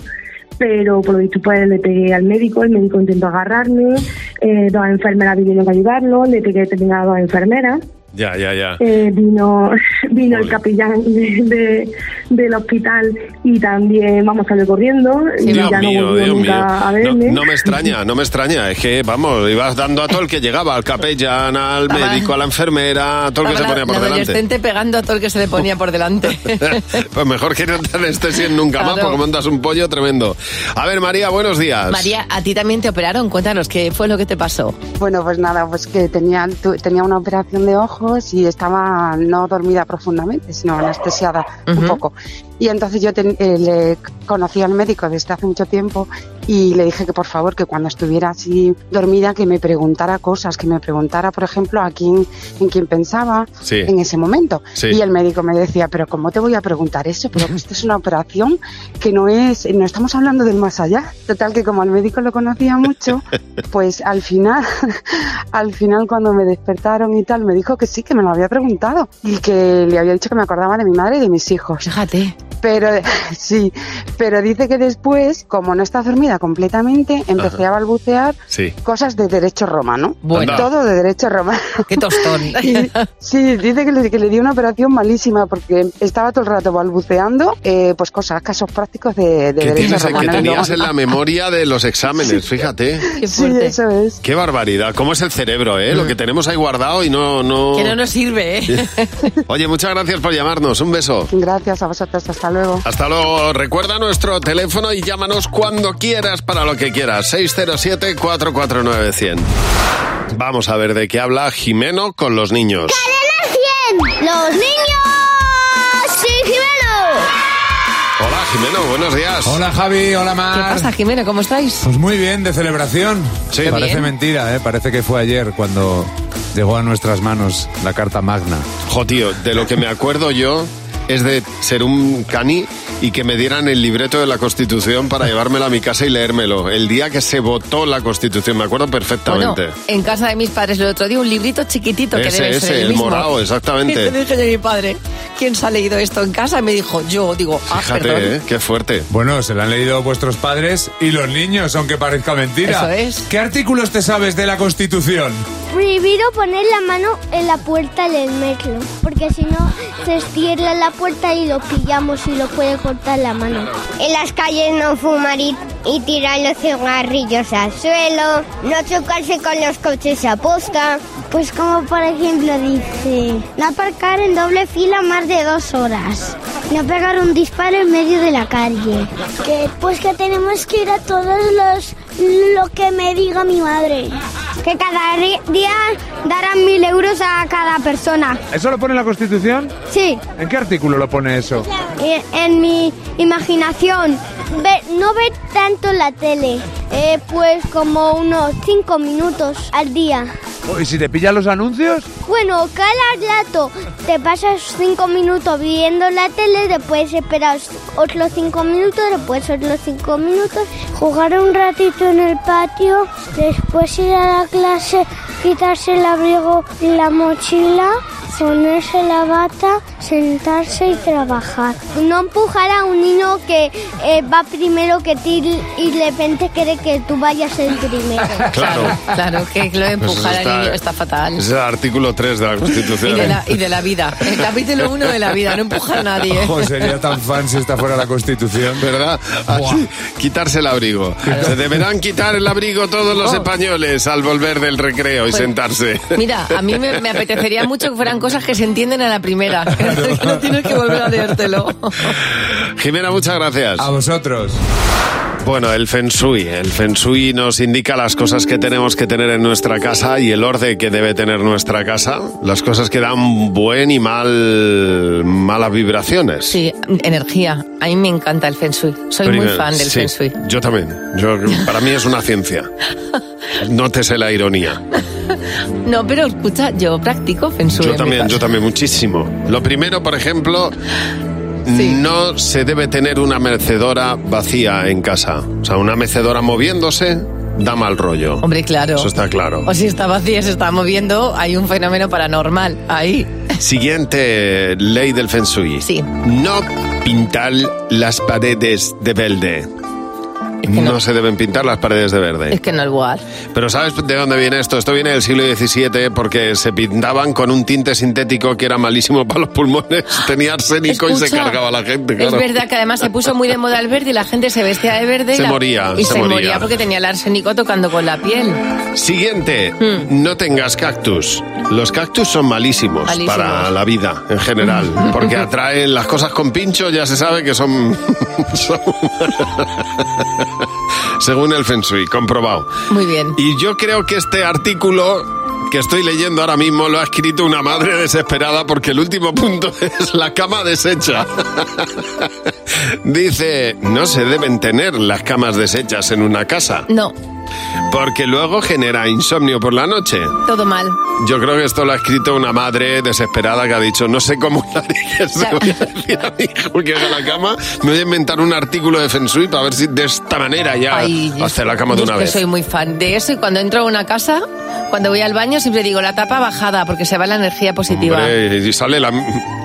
S22: pero por lo visto pues le pegué al médico, el médico intentó agarrarme, eh, dos enfermeras vinieron a ayudarlo, le pegué también a dos enfermeras.
S3: Ya, ya, ya.
S22: Eh, vino vino el capellán de, de- del hospital y también vamos salió corriendo y
S3: Dios
S22: ya no
S3: mío,
S22: volvió
S3: Dios
S22: nunca
S3: mío.
S22: a
S3: No,
S22: verme.
S3: no me extraña, no me extraña. Es que, vamos, ibas dando a todo el que llegaba, al capellán, al
S4: Estaba-
S3: médico, a la enfermera, a todo el que se
S4: Estaba
S3: ponía
S4: la
S3: por delante.
S4: adolescente pegando a todo el que se le ponía por delante.
S3: Pues mejor que no te anestesien nunca más
S4: Claro.
S3: porque montas un pollo tremendo. A ver, María, buenos días.
S4: María, a ti también te operaron, cuéntanos, ¿qué fue lo que te pasó?
S19: Bueno, pues nada, pues que tenía, tu- tenía una operación de ojos y estaba no dormida profundamente, sino anestesiada un
S23: Ujú.
S19: poco. Y entonces yo ten- eh, le conocí al médico desde hace mucho tiempo y le dije que por favor que cuando estuviera así dormida que me preguntara cosas, que me preguntara por ejemplo a quién, en quién pensaba
S24: Sí.
S19: en ese momento.
S24: Sí.
S19: Y el médico me decía, pero ¿cómo te voy a preguntar eso? Pero esto es una operación que no es, no estamos hablando del más allá. Total que como al médico lo conocía mucho, pues al final, al final cuando me despertaron y tal, me dijo que sí, que me lo había preguntado y que le había dicho que me acordaba de mi madre y de mis hijos.
S4: Fíjate.
S19: Pero sí, pero dice que después, como no está dormida completamente, empecé
S3: Ajá.
S19: a balbucear
S3: Sí.
S19: cosas de derecho romano.
S3: Bueno. Anda.
S19: Todo de derecho romano.
S4: Qué tostón.
S19: Y- sí, dice que le, que le dio una operación malísima porque estaba todo el rato balbuceando eh, pues cosas, casos prácticos de, de
S3: Que,
S19: derecho
S3: tienes- que
S19: romano.
S3: tenías en la memoria de los exámenes, fíjate.
S19: Sí, eso es.
S3: Qué barbaridad. ¿Cómo es el cerebro, eh? Lo que tenemos ahí guardado y no... no...
S4: Que no nos sirve, ¿eh?
S3: Oye, muchas gracias por llamarnos. Un beso.
S19: Gracias a vosotros, hasta luego.
S3: Hasta luego. Recuerda nuestro teléfono y llámanos cuando quieras para lo que quieras. 607-449-100. Vamos a ver de qué habla Jimeno con los niños.
S25: ¡Los niños! ¡Sí,
S3: Hola, Jimeno. Buenos días.
S24: Hola Javi, hola
S4: ¿Qué
S24: Mar.
S4: pasa, Jimeno? ¿Cómo estáis?
S24: Pues muy bien, de celebración.
S3: Sí.
S24: Parece
S4: bien.
S24: mentira, ¿eh? Parece que fue ayer cuando llegó a nuestras manos la carta magna.
S3: Jo, tío, de lo que me acuerdo yo es de ser un cani y que me dieran el libreto de la Constitución para llevármelo a mi casa y leérmelo. El día que se votó la Constitución, me acuerdo
S4: Bueno,
S3: perfectamente.
S4: en casa de mis padres el otro día un librito chiquitito que
S3: Ese,
S4: debe ser
S3: ese, el
S4: mismo.
S3: morado, exactamente.
S4: Y le dije yo a mi padre, ¿quién se ha leído esto en casa? Y me dijo, yo. Digo, ah, perdón.
S3: qué fuerte.
S24: Bueno, se la han leído vuestros padres y los niños, aunque parezca mentira.
S25: Eso
S24: es. ¿Qué artículos te sabes de la Constitución?
S25: Prohibido poner la mano en la puerta del metro, porque si no se cierra la puerta y lo pillamos y lo puede cortar la mano. En las calles no fumar y, tirar los cigarrillos al suelo, no chocarse con los coches a posta. Pues como por ejemplo dice, no aparcar en doble fila más de dos horas, no pegar un disparo en medio de la calle. Que, pues que tenemos que ir a todos los lo que me diga mi madre. Que cada ri- día darán mil euros a cada persona.
S24: ¿Eso lo pone la Constitución?
S25: Sí,
S24: ¿En qué artículo lo pone eso?
S25: e- en mi imaginación. Ver- no ver tanto la tele, eh, pues como unos cinco minutos al día.
S24: ¿Y si te pillan los anuncios?
S25: Bueno, cada rato te pasas cinco minutos viendo la tele, después esperas otros cinco minutos, después otros cinco minutos, jugar un ratito en el patio, después ir a la clase, quitarse el abrigo y la mochila, ponerse la bata, sentarse y trabajar. No empujar a un niño que eh, va primero que ti y de repente quiere que tú vayas el primero.
S3: Claro.
S4: Claro, que lo de
S3: Pues
S4: empujar
S3: eso está-
S4: al niño está fatal.
S3: Es el artículo 3 de la Constitución.
S4: Y de, la, y de la vida. El capítulo 1 de la vida, no empujar a nadie. ¿eh?
S24: Ojo, sería tan fan si está fuera la Constitución,
S3: ¿verdad? Así, quitarse el abrigo. Se deberán quitar el abrigo todos los españoles al volver del recreo y
S4: Pues,
S3: sentarse.
S4: Mira, a mí me, me apetecería mucho que fueran cosas que se entienden a la primera. Que no tienes que volver a leértelo.
S3: Jimena, muchas gracias. A
S24: vosotros.
S3: Bueno, el Feng Shui. El Feng Shui nos indica las cosas que tenemos que tener en nuestra casa y el orden que debe tener nuestra casa. Las cosas que dan buen y mal malas vibraciones.
S4: Sí, energía. A mí me encanta el Feng Shui. Soy muy
S3: Primero,
S4: fan del
S3: sí,
S4: Feng Shui.
S3: Yo también. Yo, para mí es una ciencia. Nótese la ironía.
S4: No, pero escucha, yo practico Feng Shui.
S3: Yo
S4: en mi
S3: también,
S4: casa.
S3: yo también, muchísimo. Lo primero, por ejemplo, no se debe tener una mecedora vacía en casa. O sea, una mecedora moviéndose da mal rollo.
S4: Hombre, Oh, claro. Oh.
S3: Eso está claro.
S4: O si está vacía, se está moviendo, hay un fenómeno paranormal ahí.
S3: Siguiente ley del Feng Shui.
S4: Sí.
S3: No pintar las paredes de verde. no. se deben pintar las paredes de verde.
S4: Es que no el lugar.
S3: Pero ¿sabes de dónde viene esto? Esto viene del siglo XVII porque se pintaban con un tinte sintético que era malísimo para los pulmones, tenía arsénico y se
S4: Escucha,
S3: cargaba a la gente.
S4: Es
S3: claro.
S4: verdad que además se puso muy de moda el verde y la gente se vestía de verde. y
S3: Se
S4: la-
S3: moría,
S4: Y
S3: se
S4: se, moría.
S3: moría.
S4: porque tenía el arsénico tocando con la piel.
S3: Siguiente,
S4: Hmm.
S3: no tengas cactus. Los cactus son malísimos
S4: Malísimos.
S3: para la vida en general, porque atraen las cosas con pincho, ya se sabe que son... son- Según el Feng Shui, comprobado.
S4: Muy bien.
S3: Y yo creo que este artículo que estoy leyendo ahora mismo lo ha escrito una madre desesperada porque el último punto es la cama deshecha. Dice, no se deben tener las camas deshechas en una casa.
S4: No,
S3: Porque luego genera insomnio por la noche.
S4: todo mal.
S3: Yo creo que esto lo ha escrito una madre desesperada que ha dicho, no sé cómo la dije, se lo voy a decir a mi hijo que haga la cama. Me voy a inventar un artículo de Feng Shui para ver si de esta manera ya
S4: Ay,
S3: hace la cama de
S4: yo es
S3: una
S4: que
S3: vez.
S4: soy muy fan de eso y cuando entro a una casa, cuando voy al baño siempre digo la tapa bajada porque se va la energía positiva.
S3: Hombre, y sale la,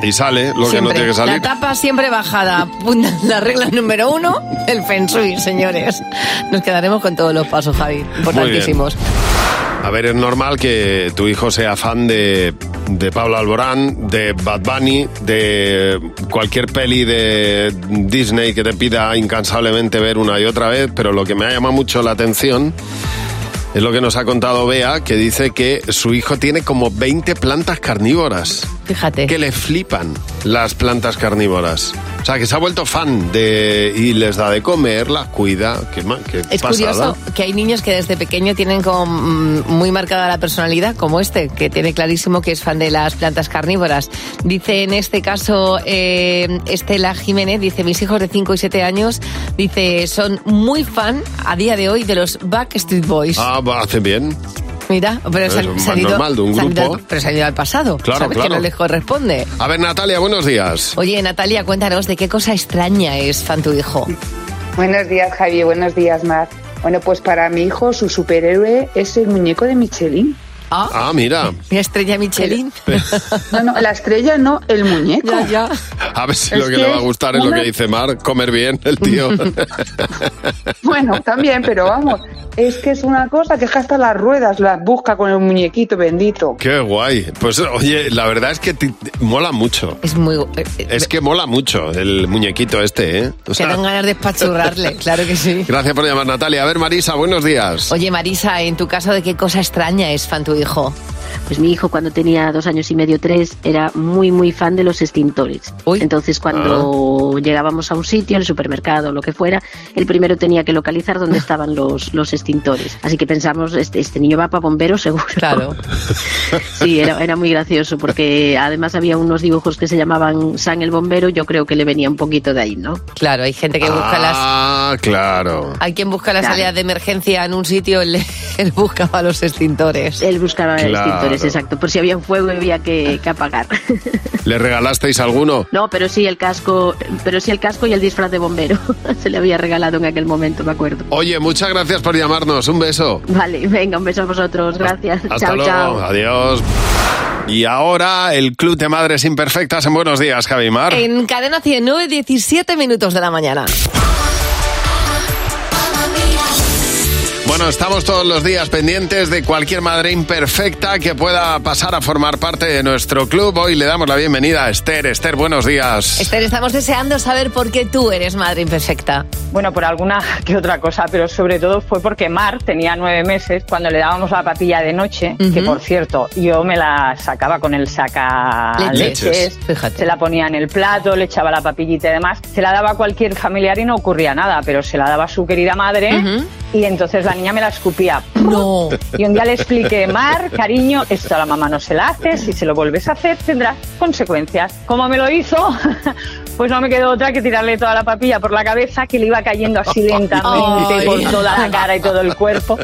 S3: y sale lo que no
S4: Siempre.
S3: tiene que
S4: La
S3: salir.
S4: tapa siempre bajada. Punta- La regla número uno del Feng Shui, señores. Nos quedaremos con todos los pasos, Javi. Importantísimos.
S3: A ver, es normal que tu hijo sea fan de, de Pablo Alborán, de Bad Bunny, de cualquier peli de Disney que te pida incansablemente ver una y otra vez, pero lo que me ha llamado mucho la atención es lo que nos ha contado Bea, que dice que su hijo tiene como 20 plantas carnívoras.
S4: Fíjate.
S3: Que le flipan las plantas carnívoras. O sea, que se ha vuelto fan de y les da de comer, las cuida. Qué, ma- qué
S4: Es
S3: pasada.
S4: curioso que hay niños que desde pequeño tienen como mm, muy marcada la personalidad, como este, que tiene clarísimo que es fan de las plantas carnívoras. Dice en este caso eh, Estela Jiménez, dice mis hijos de 5 y 7 años, dice son muy fan a día de hoy de los Backstreet Boys.
S3: Ah, va, hace bien.
S4: Mira, pero
S3: Es
S4: se han-
S3: más
S4: se han ido-
S3: normal de un
S4: se han ido
S3: grupo.
S4: al- pero se han ido al pasado,
S3: Claro,
S4: ¿sabes?
S3: claro.
S4: Que no les corresponde.
S3: A ver, Natalia, buenos días.
S4: Oye, Natalia, cuéntanos de qué cosa extraña es fan tu hijo.
S1: Buenos días, Javi. Buenos días, Mar. Bueno, pues para mi hijo, su superhéroe es el muñeco de Michelin.
S3: Ah, mira.
S4: Mi estrella Michelin.
S1: No, no, la estrella no, el muñeco.
S4: Ya,
S3: A ver si
S1: Es
S3: lo que,
S1: que
S3: le va a gustar es lo
S1: una-
S3: que dice Mar, comer bien el tío.
S1: Bueno, también, pero vamos. Es que es una cosa que es que hasta las ruedas las busca con el muñequito bendito.
S3: Qué guay. Pues oye, la verdad es que ti- ti- mola mucho.
S4: Es muy... eh,
S3: Es que mola mucho el muñequito este, ¿eh? O
S4: Te
S3: sea,
S4: dan ganas de espachurrarle, claro que sí.
S3: gracias por llamar, Natalia. A ver, Marisa, buenos días.
S4: Oye, Marisa, en tu caso, ¿de qué cosa extraña es fan tu hijo?
S9: Pues mi hijo cuando tenía dos años y medio, tres, era muy, muy fan de los extintores. Entonces
S4: Ah.
S9: cuando llegábamos a un sitio, el supermercado, lo que fuera, el primero tenía que localizar
S4: Ah.
S9: dónde estaban los, los extintores. Así que pensamos, este, este niño va para bomberos seguro.
S4: Claro.
S9: Sí, era, era muy gracioso porque además había unos dibujos que se llamaban San el Bombero, yo creo que le venía un poquito de ahí, ¿no?
S4: Claro, hay gente que busca las...
S3: Ah, claro.
S4: Hay quien busca la salida de emergencia en un sitio, él, él buscaba los extintores.
S9: Él buscaba
S3: Claro.
S9: extintores, exacto. Por si había un fuego había que, que apagar.
S3: ¿Le regalasteis alguno?
S9: No, pero sí el casco, pero sí el casco y el disfraz de bombero. Se le había regalado en aquel momento, me acuerdo.
S3: Oye, muchas gracias por llamarnos. Un beso.
S9: Vale, venga, un beso a vosotros. Gracias.
S3: Hasta
S9: chao,
S3: luego.
S9: chao.
S3: Adiós. Y ahora el Club de Madres Imperfectas en Buenos Días, Javi Mar.
S4: En cadena 100, 9, 17 minutos de la mañana.
S3: Bueno, estamos todos los días pendientes de cualquier madre imperfecta que pueda pasar a formar parte de nuestro club. Hoy le damos la bienvenida a Esther. Esther, buenos días.
S4: Esther, estamos deseando saber por qué tú eres madre imperfecta.
S8: Bueno, por alguna que otra cosa, pero sobre todo fue porque Mar tenía nueve meses cuando le dábamos la papilla de noche,
S4: Ujú.
S8: que por cierto, yo me la sacaba con el saca
S4: Leches.
S8: leches, se la ponía en el plato, le echaba la papillita y demás, se la daba a cualquier familiar y no ocurría nada, pero se la daba a su querida madre y entonces la niña me la escupía.
S4: No.
S8: Y un día le expliqué, Mar, cariño, esto a la mamá no se la hace, si se lo vuelves a hacer tendrás consecuencias. Como me lo hizo, pues no me quedó otra que tirarle toda la papilla por la cabeza que le iba cayendo así lentamente
S4: Ay.
S8: por toda la cara y todo el cuerpo.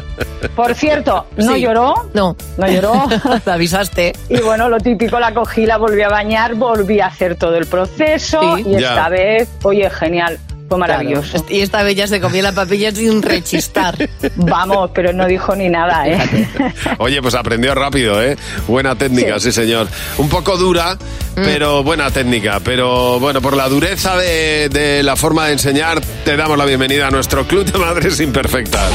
S8: Por cierto, no
S4: Sí.
S8: lloró,
S4: No.
S8: no lloró.
S4: Te avisaste.
S8: Y bueno, lo típico, la cogí, la volví a bañar, volví a hacer todo el proceso
S4: Sí.
S8: y
S4: Ya.
S8: esta vez, oye, genial, fue maravilloso.
S4: Claro. Y esta bella se comió la papilla sin rechistar.
S8: Vamos, pero no dijo ni nada, ¿eh?
S3: Oye, pues aprendió rápido, ¿eh? Buena técnica, sí, señor. Un poco dura,
S9: Mm.
S3: pero buena técnica. Pero bueno, por la dureza de, de la forma de enseñar, te damos la bienvenida a nuestro Club de Madres Imperfectas.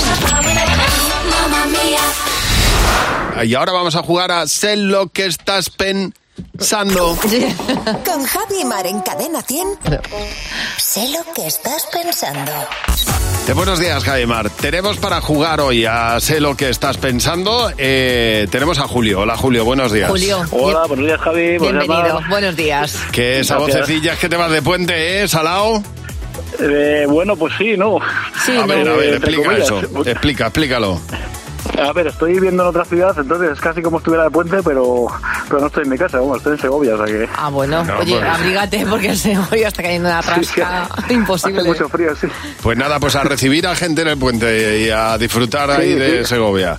S3: Y ahora vamos a jugar a Sé lo que estás pensando.
S6: Con Javi y Mar en Cadena 100. Sé lo que estás pensando.
S3: De Eh, buenos días, Jaimar. Tenemos para jugar hoy a Sé lo que estás pensando. eh, tenemos a Julio. Hola, Julio, buenos días.
S4: Julio.
S10: Hola, buenos días, Javi. buenos días,
S4: Bienvenido.
S10: Mar.
S4: Buenos días.
S3: Que esa
S10: Gracias.
S3: vocecilla es que te vas de puente, ¿eh, Salao?
S10: Eh, bueno, pues sí, ¿no?
S4: Sí,
S3: a ver, a ver,
S10: Entre
S3: Eh, explica
S10: comillas.
S3: eso. Explica, explícalo.
S10: A ver, estoy viviendo en otra ciudad, entonces es casi como estuviera de puente, pero, pero no estoy en mi casa, vamos, estoy en Segovia, o sea que...
S4: Ah, bueno,
S10: No,
S4: Oye,
S10: pues-
S4: abrígate porque se hoy está cayendo una rasca imposible.
S10: frío, sí.
S3: Pues nada, pues a recibir a gente en el puente y a disfrutar ahí
S10: Sí,
S3: de
S10: sí.
S3: Segovia.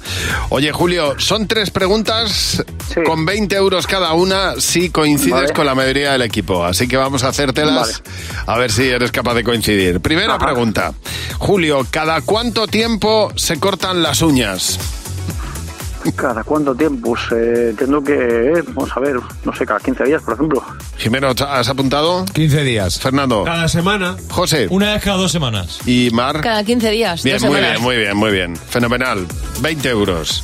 S3: Oye, Julio, son tres preguntas con 20 euros cada una si coincides
S10: Vale.
S3: con la mayoría del equipo. Así que vamos a hacértelas a ver si eres capaz de coincidir. Primera pregunta. Julio, ¿cada cuánto tiempo se cortan las uñas?
S10: ¿Cada cuánto tiempo? Pues, eh, entiendo que, eh, vamos a ver, no sé, cada 15 días, por ejemplo.
S3: Jimeno, ¿has apuntado?
S10: 15 días.
S3: Fernando.
S10: Cada
S3: semana. José. Una vez cada dos semanas. Y Mar.
S4: Cada 15 días.
S3: Bien,
S4: dos
S3: muy
S4: semanas.
S3: bien, muy bien, muy bien. Fenomenal. 20 euros.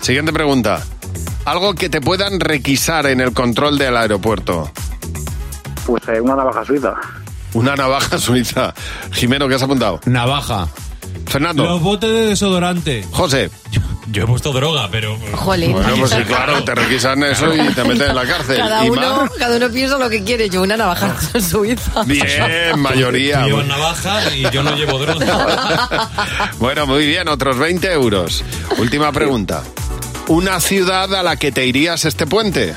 S3: Siguiente pregunta. Algo que te puedan requisar en el control del aeropuerto.
S10: Pues eh, una navaja suiza.
S3: Una navaja suiza. Jimeno, ¿qué has apuntado? Navaja. Fernando.
S5: Los botes de desodorante.
S3: José.
S20: Yo he puesto droga, pero.
S4: Jolín.
S3: Bueno, pues sí, claro, te requisan eso y te meten en la cárcel.
S4: Cada
S3: ¿Y
S4: uno,
S3: Mar?
S4: cada uno piensa lo que quiere. Yo una navaja suiza.
S3: Bien, mayoría.
S20: Tú llevas navaja y yo no llevo droga.
S3: Bueno, muy bien, otros 20 euros. Última pregunta. ¿Una ciudad a la que te irías este puente?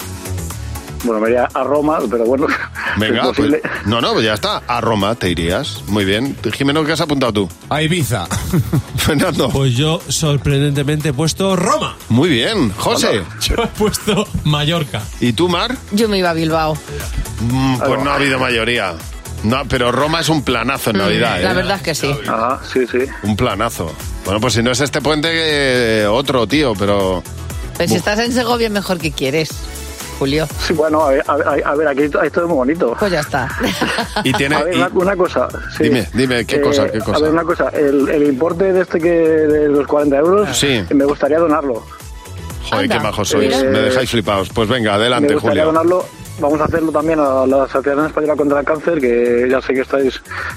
S10: Bueno, me iría a Roma, pero bueno,
S3: Venga,
S10: es posible.
S3: pues- no, no, pues ya está. A Roma te irías. Muy bien. Jimeno, ¿qué has apuntado tú? A Ibiza. Fernando.
S5: Pues yo sorprendentemente he puesto Roma.
S3: Muy bien. José.
S20: Yo he puesto Mallorca.
S3: ¿Y tú, Mar?
S4: Yo me iba a Bilbao.
S3: Mm, pues no ha habido mayoría. No, pero Roma es un planazo en Navidad, ¿eh?
S4: Mm, La verdad es que sí.
S10: Ajá, sí, sí.
S3: Un planazo. Bueno, pues si no es este puente, eh, otro, tío, pero...
S4: Pero Pues si estás en Segovia, mejor que quieres, Julio.
S10: Sí, bueno, a ver, a ver, a ver, aquí to- esto es muy bonito.
S4: Pues ya está.
S3: Y tiene-
S10: a ver,
S3: y-
S10: una, una cosa. sí. Eh,
S3: Dime, dime, Eh, ¿qué cosa, qué cosa?
S10: A ver, una cosa. El, el importe de este que de los 40 euros,
S3: Ah. Sí.
S10: me gustaría donarlo.
S3: Joder, qué majos sois.
S10: Mira.
S3: Me dejáis flipados. Pues venga, adelante,
S10: Eh, me gustaría
S3: Julio.
S10: donarlo. Vamos a hacerlo también a la Asociación Española contra el Cáncer, que ya sé que estáis,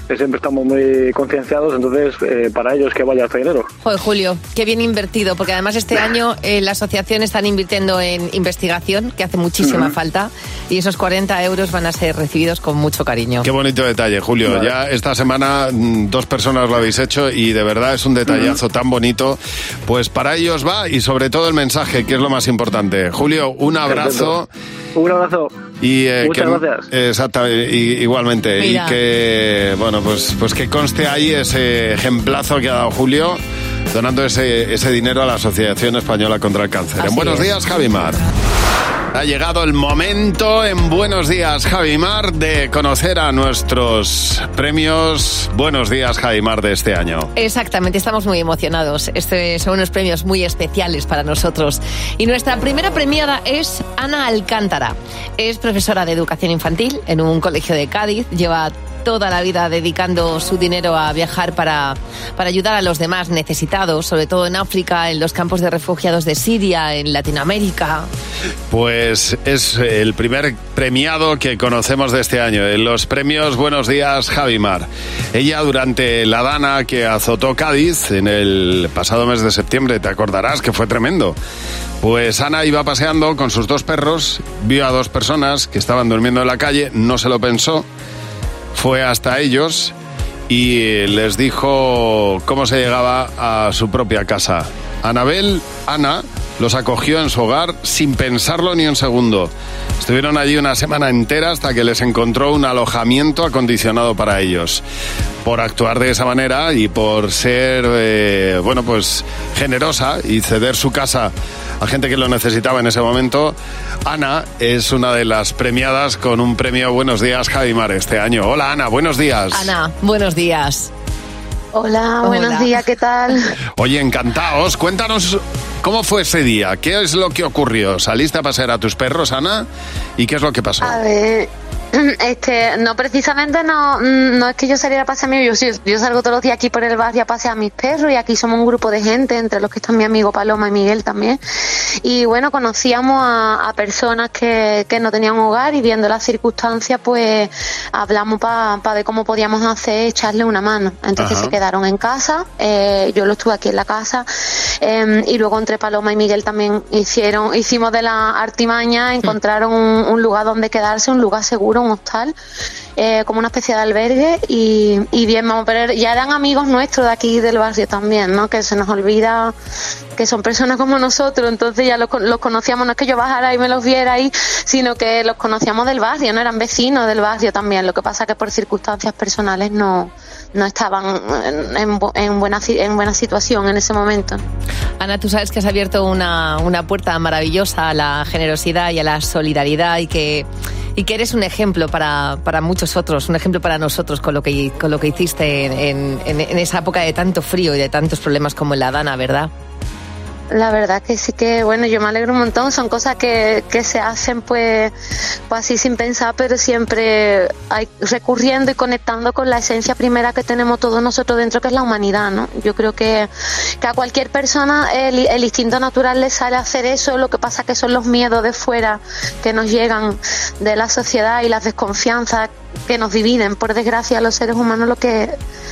S10: que siempre estamos muy concienciados, entonces eh, para ellos que vaya este dinero.
S4: Joder, Julio, qué bien invertido, porque además este año eh, la asociación están invirtiendo en investigación, que hace muchísima
S10: Ujú.
S4: falta, y esos 40 euros van a ser recibidos con mucho cariño.
S3: Qué bonito detalle, Julio.
S4: Vale.
S3: Ya esta semana mm, dos personas lo habéis hecho y de verdad es un detallazo tan bonito. Pues para ellos va y sobre todo el mensaje, que es lo más importante. Julio, un abrazo.
S10: Un abrazo.
S3: Y, eh,
S10: Muchas
S3: que-
S10: gracias.
S3: Exactamente, i- igualmente.
S10: Mira.
S3: Y que, bueno, pues, pues que conste ahí ese ejemplazo que ha dado Julio donando ese, ese dinero a la Asociación Española contra el Cáncer.
S11: Así
S3: en Buenos
S11: es.
S3: Días, Javimar. Ha llegado el momento en Buenos Días, Javimar, de conocer a nuestros premios Buenos Días, Javimar, de este año.
S4: Exactamente, estamos muy emocionados. Estos son unos premios muy especiales para nosotros. Y nuestra primera premiada es Ana Alcántara. Es profesora de educación infantil en un colegio de Cádiz. Lleva toda la vida dedicando su dinero a viajar para, para ayudar a los demás necesitados, sobre todo en África, en los campos de refugiados de Siria, en Latinoamérica.
S3: Pues es el primer premiado que conocemos de este año, en los premios Buenos Días Javimar. Ella durante la dana que azotó Cádiz en el pasado mes de septiembre, te acordarás que fue tremendo. Pues Ana iba paseando con sus dos perros, vio a dos personas que estaban durmiendo en la calle, no se lo pensó, fue hasta ellos y eh, les dijo cómo se llegaba a su propia casa. Anabel, Ana, los acogió en su hogar sin pensarlo ni un segundo. Estuvieron allí una semana entera hasta que les encontró un alojamiento acondicionado para ellos. Por actuar de esa manera y por ser, eh, bueno, pues generosa y ceder su casa a gente que lo necesitaba en ese momento, Ana es una de las premiadas con un premio Buenos Días Javimar este año. Hola Ana, buenos días.
S4: Ana, buenos días.
S26: Hola, buenos
S4: Hola.
S26: días, ¿qué tal?
S3: Oye, encantados. Cuéntanos cómo fue ese día. ¿Qué es lo que ocurrió? ¿Saliste a pasear a tus perros, Ana? ¿Y qué es lo que pasó?
S26: A ver, este, no precisamente no, mm, no es que yo saliera a pasear a mi yo, sí- yo salgo todos los días aquí por el barrio a pasear a mis perros y aquí somos un grupo de gente, entre los que están mi amigo Paloma y Miguel también. Y bueno, conocíamos a, a personas que, que no tenían hogar y viendo las circunstancias, pues hablamos para ver cómo podíamos hacer, echarle una mano. Entonces
S15: Ajá.
S26: se quedaron en casa, eh, yo lo estuve aquí en la casa eh, y luego entre Paloma y Miguel también hicieron, hicimos de la artimaña, encontraron un, un lugar donde quedarse, un lugar seguro, un hostal, eh, como una especie de albergue y, y bien, vamos, pero ya eran amigos nuestros de aquí del barrio también, ¿no? Que se nos olvida que son personas como nosotros, entonces ya los, con- los conocíamos, no es que yo bajara y me los viera ahí, sino que los conocíamos del barrio, no eran vecinos del barrio también, lo que pasa que por circunstancias personales no, no estaban en, en bu- en buena, ci- en buena situación en ese momento.
S4: Ana, tú sabes que has abierto una, una puerta maravillosa a la generosidad y a la solidaridad y que, y que eres un ejemplo para, para muchos otros, un ejemplo para nosotros con lo que, con lo que hiciste en, en- en esa época de tanto frío y de tantos problemas como en la Dana, ¿verdad?
S26: La verdad que sí que, bueno, yo me alegro un montón. Son cosas que, que se hacen pues, pues así sin pensar, pero siempre hay, recurriendo y conectando con la esencia primera que tenemos todos nosotros dentro, que es la humanidad, ¿no? Yo creo que, que a cualquier persona el, el instinto natural le sale a hacer eso. Lo que pasa que son los miedos de fuera que nos llegan de la sociedad y las desconfianzas que nos dividen, por desgracia, a los seres humanos lo que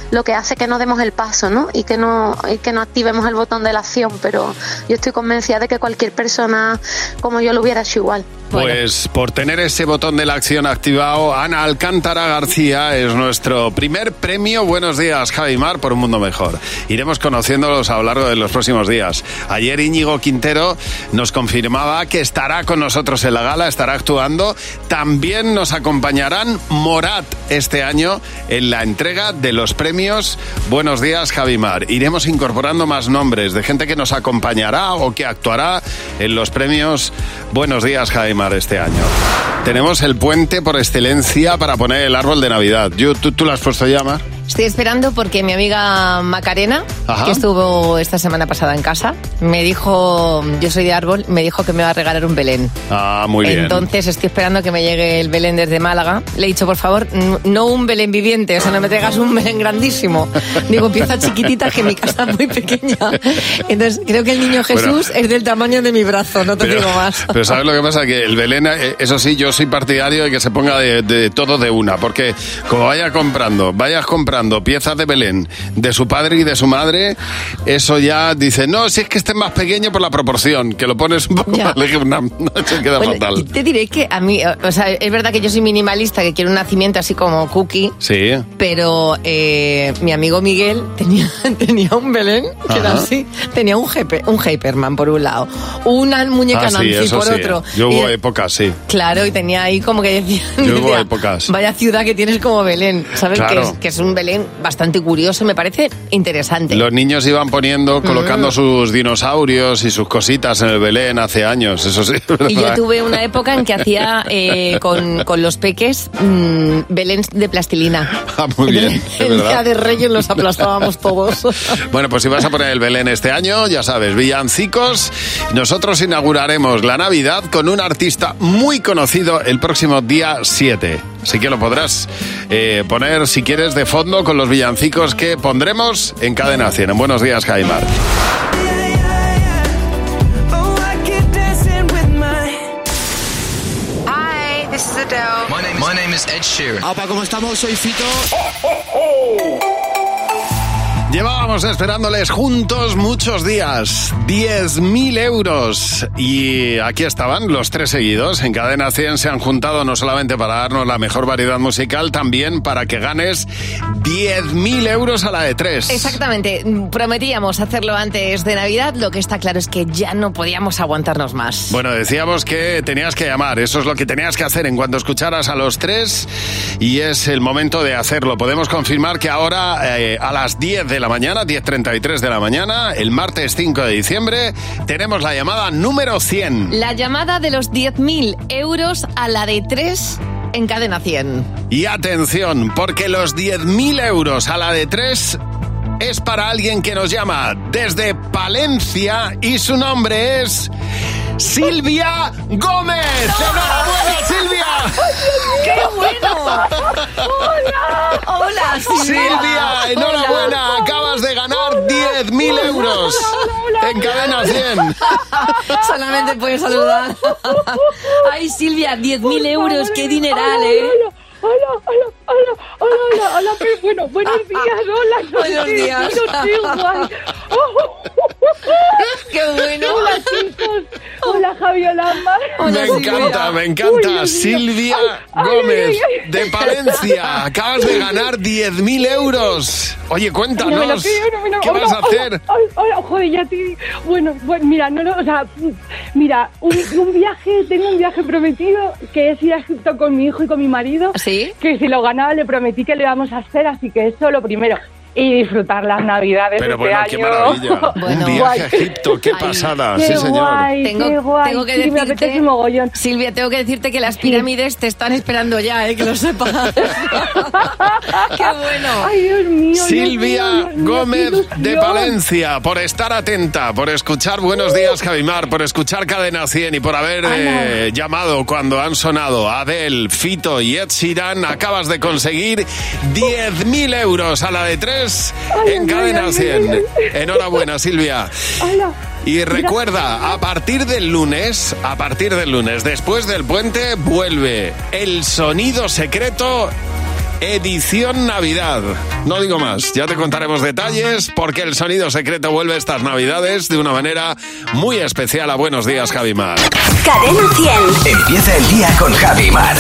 S26: lo que hace que no demos el paso, ¿no? Y que no y que no activemos el botón de la acción, pero yo estoy convencida de que cualquier persona como yo lo hubiera hecho igual.
S3: Pues por tener ese botón de la acción activado, Ana Alcántara García es nuestro primer premio Buenos Días, Javimar, por un mundo mejor. Iremos conociéndolos a lo largo de los próximos días. Ayer Íñigo Quintero nos confirmaba que estará con nosotros en la gala, estará actuando. También nos acompañarán Morat este año en la entrega de los premios Buenos Días, Javimar. Iremos incorporando más nombres de gente que nos acompañará o que actuará en los premios Buenos Días, Javimar este año. Tenemos el puente por excelencia para poner el árbol de Navidad. Yo, ¿tú, tú lo has puesto ya, Mar?
S4: Estoy esperando porque mi amiga Macarena,
S3: Ajá.
S4: que estuvo esta semana pasada en casa, me dijo, yo soy de árbol, me dijo que me va a regalar un Belén.
S3: Ah, muy bien.
S4: Entonces estoy esperando que me llegue el Belén desde Málaga. Le he dicho, por favor, n- no un Belén viviente, o sea, no me traigas un Belén grandísimo. Digo, piezas chiquititas que mi casa es muy pequeña. Entonces creo que el niño Jesús es del tamaño de mi brazo, no te digo más.
S3: Pero ¿sabes lo que pasa? Que el Belén, eh, eso sí, yo soy partidario de que se ponga de, de todo de una, porque como vaya comprando, vayas comprando piezas de Belén de su padre y de su madre, eso ya dice, no, si es que este es más pequeño por la proporción, que lo pones un poco más lejos, una- se queda
S4: Bueno,
S3: fatal.
S4: Te diré que a mí, o sea, es verdad que yo soy minimalista, que quiero un nacimiento así como cookie,
S3: Sí.
S4: pero eh, mi amigo Miguel tenía, tenía un Belén, que era
S3: Ajá.
S4: así, tenía un, Hyper- un Hyperman por un lado, una muñeca
S3: Ah, sí,
S4: Nancy
S3: eso
S4: por
S3: sí.
S4: otro.
S3: Yo
S4: Y-
S3: hubo épocas, sí.
S4: Claro, y tenía ahí como que decía,
S3: Yo hubo
S4: decía,
S3: épocas.
S4: vaya ciudad que tienes como Belén, ¿sabes?
S3: Claro.
S4: Que, es, que es un Belén bastante curioso, me parece interesante.
S3: Los niños iban poniendo, colocando
S4: Mm.
S3: sus dinosaurios y sus cositas en el Belén hace años, eso sí.
S4: Y yo
S3: ¿verdad?
S4: tuve una época en que hacía eh, con, con los peques mm, Belén de plastilina.
S3: Ah, muy bien, es
S4: El día
S3: verdad.
S4: de Reyes los aplastábamos todos.
S3: Bueno, pues si vas a poner el Belén este año, ya sabes, villancicos. Nosotros inauguraremos la Navidad con un artista muy conocido el próximo día 7. Así que lo podrás eh, poner, si quieres, de fondo con los villancicos que pondremos en Cadena 100. En Buenos días, Jaimar.
S19: Oh,
S11: Hi, this is Adele. My name, is Ed Sheeran. Opa, ¿cómo estamos? Soy Fito.
S3: Llevábamos esperándoles juntos muchos días, 10.000 euros. Y aquí estaban los tres seguidos. En Cadena 100 se han juntado no solamente para darnos la mejor variedad musical, también para que ganes 10.000 euros a la de tres.
S4: Exactamente, prometíamos hacerlo antes de Navidad, lo que está claro es que ya no podíamos aguantarnos más.
S3: Bueno, decíamos que tenías que llamar, eso es lo que tenías que hacer en cuanto escucharas a los tres y es el momento de hacerlo. Podemos confirmar que ahora eh, a las 10 de la mañana, 10.33 de la mañana, el martes 5 de diciembre, tenemos la llamada número 100.
S4: La llamada de los 10.000 euros a la de 3 en cadena 100.
S3: Y atención, porque los 10.000 euros a la de 3 es para alguien que nos llama desde Palencia y su nombre es Silvia Gómez. ¡Enhorabuena, Silvia!
S11: ¡Qué bueno! ¡Hola!
S4: ¡Hola,
S3: Silvia, enhorabuena, acabas de ganar 10.000 euros en cadena 100.
S4: Solamente puedes saludar. Ay, Silvia, 10.000 euros, qué dineral, ¿eh?
S15: Hola, hola, hola, hola, hola, hola, pero bueno, buenos días, hola, no
S4: Ah, Buenos
S15: sé,
S4: días.
S15: no sé, guay.
S4: ¡Qué bueno!
S15: Hola, chicos, hola, Javiola, Mar.
S3: Me encanta, me encanta. Silvia Gómez,
S15: ay, ay, ay.
S3: de Palencia. Acabas de ganar 10.000 euros. Oye,
S15: No me lo
S3: cuéntanos,
S15: creo, no me lo-
S3: ¿qué
S15: hola,
S3: vas a
S15: hola,
S3: hacer?
S15: Hola, hola, joder, ya te... Bueno, bueno, mira, no, no, o sea, mira, un, un viaje, tengo un viaje prometido que es ir a Egipto con mi hijo y con mi marido.
S4: ¿Sí?
S15: Que si lo ganaba le prometí que le íbamos a hacer, así que eso lo primero. Y disfrutar las navidades
S3: Pero
S15: este
S3: bueno,
S15: año.
S3: qué maravilla. Un
S15: Guay.
S3: viaje a Egipto, qué pasada, sí,
S15: Qué
S3: señor.
S15: guay,
S4: Tengo-
S15: qué guay.
S4: tengo que
S15: sí, me
S4: decirte-
S15: apetece mogollón.
S4: Silvia, tengo que decirte que las pirámides te están esperando ya, ¿eh? Que lo sepas. ¡Qué bueno!
S15: Ay, Dios mío. Dios mío,
S3: Silvia
S15: Dios mío,
S3: Gómez
S15: qué
S3: de
S15: ilusión.
S3: Palencia, por estar atenta, por escuchar Buenos Días Javimar, por escuchar Cadena 100 y por haber eh, llamado cuando han sonado Adel, Fito y Ed Sheeran, acabas de conseguir 10.000 euros a la de tres en Cadena 100. Enhorabuena, Silvia.
S15: Hola.
S3: Y recuerda, a partir del lunes, a partir del lunes, después del puente, vuelve el sonido secreto edición Navidad. No digo más, ya te contaremos detalles porque el sonido secreto vuelve estas Navidades de una manera muy especial a Buenos Días, Javi Mar.
S2: Cadena 100. Empieza el día con Javi Mar.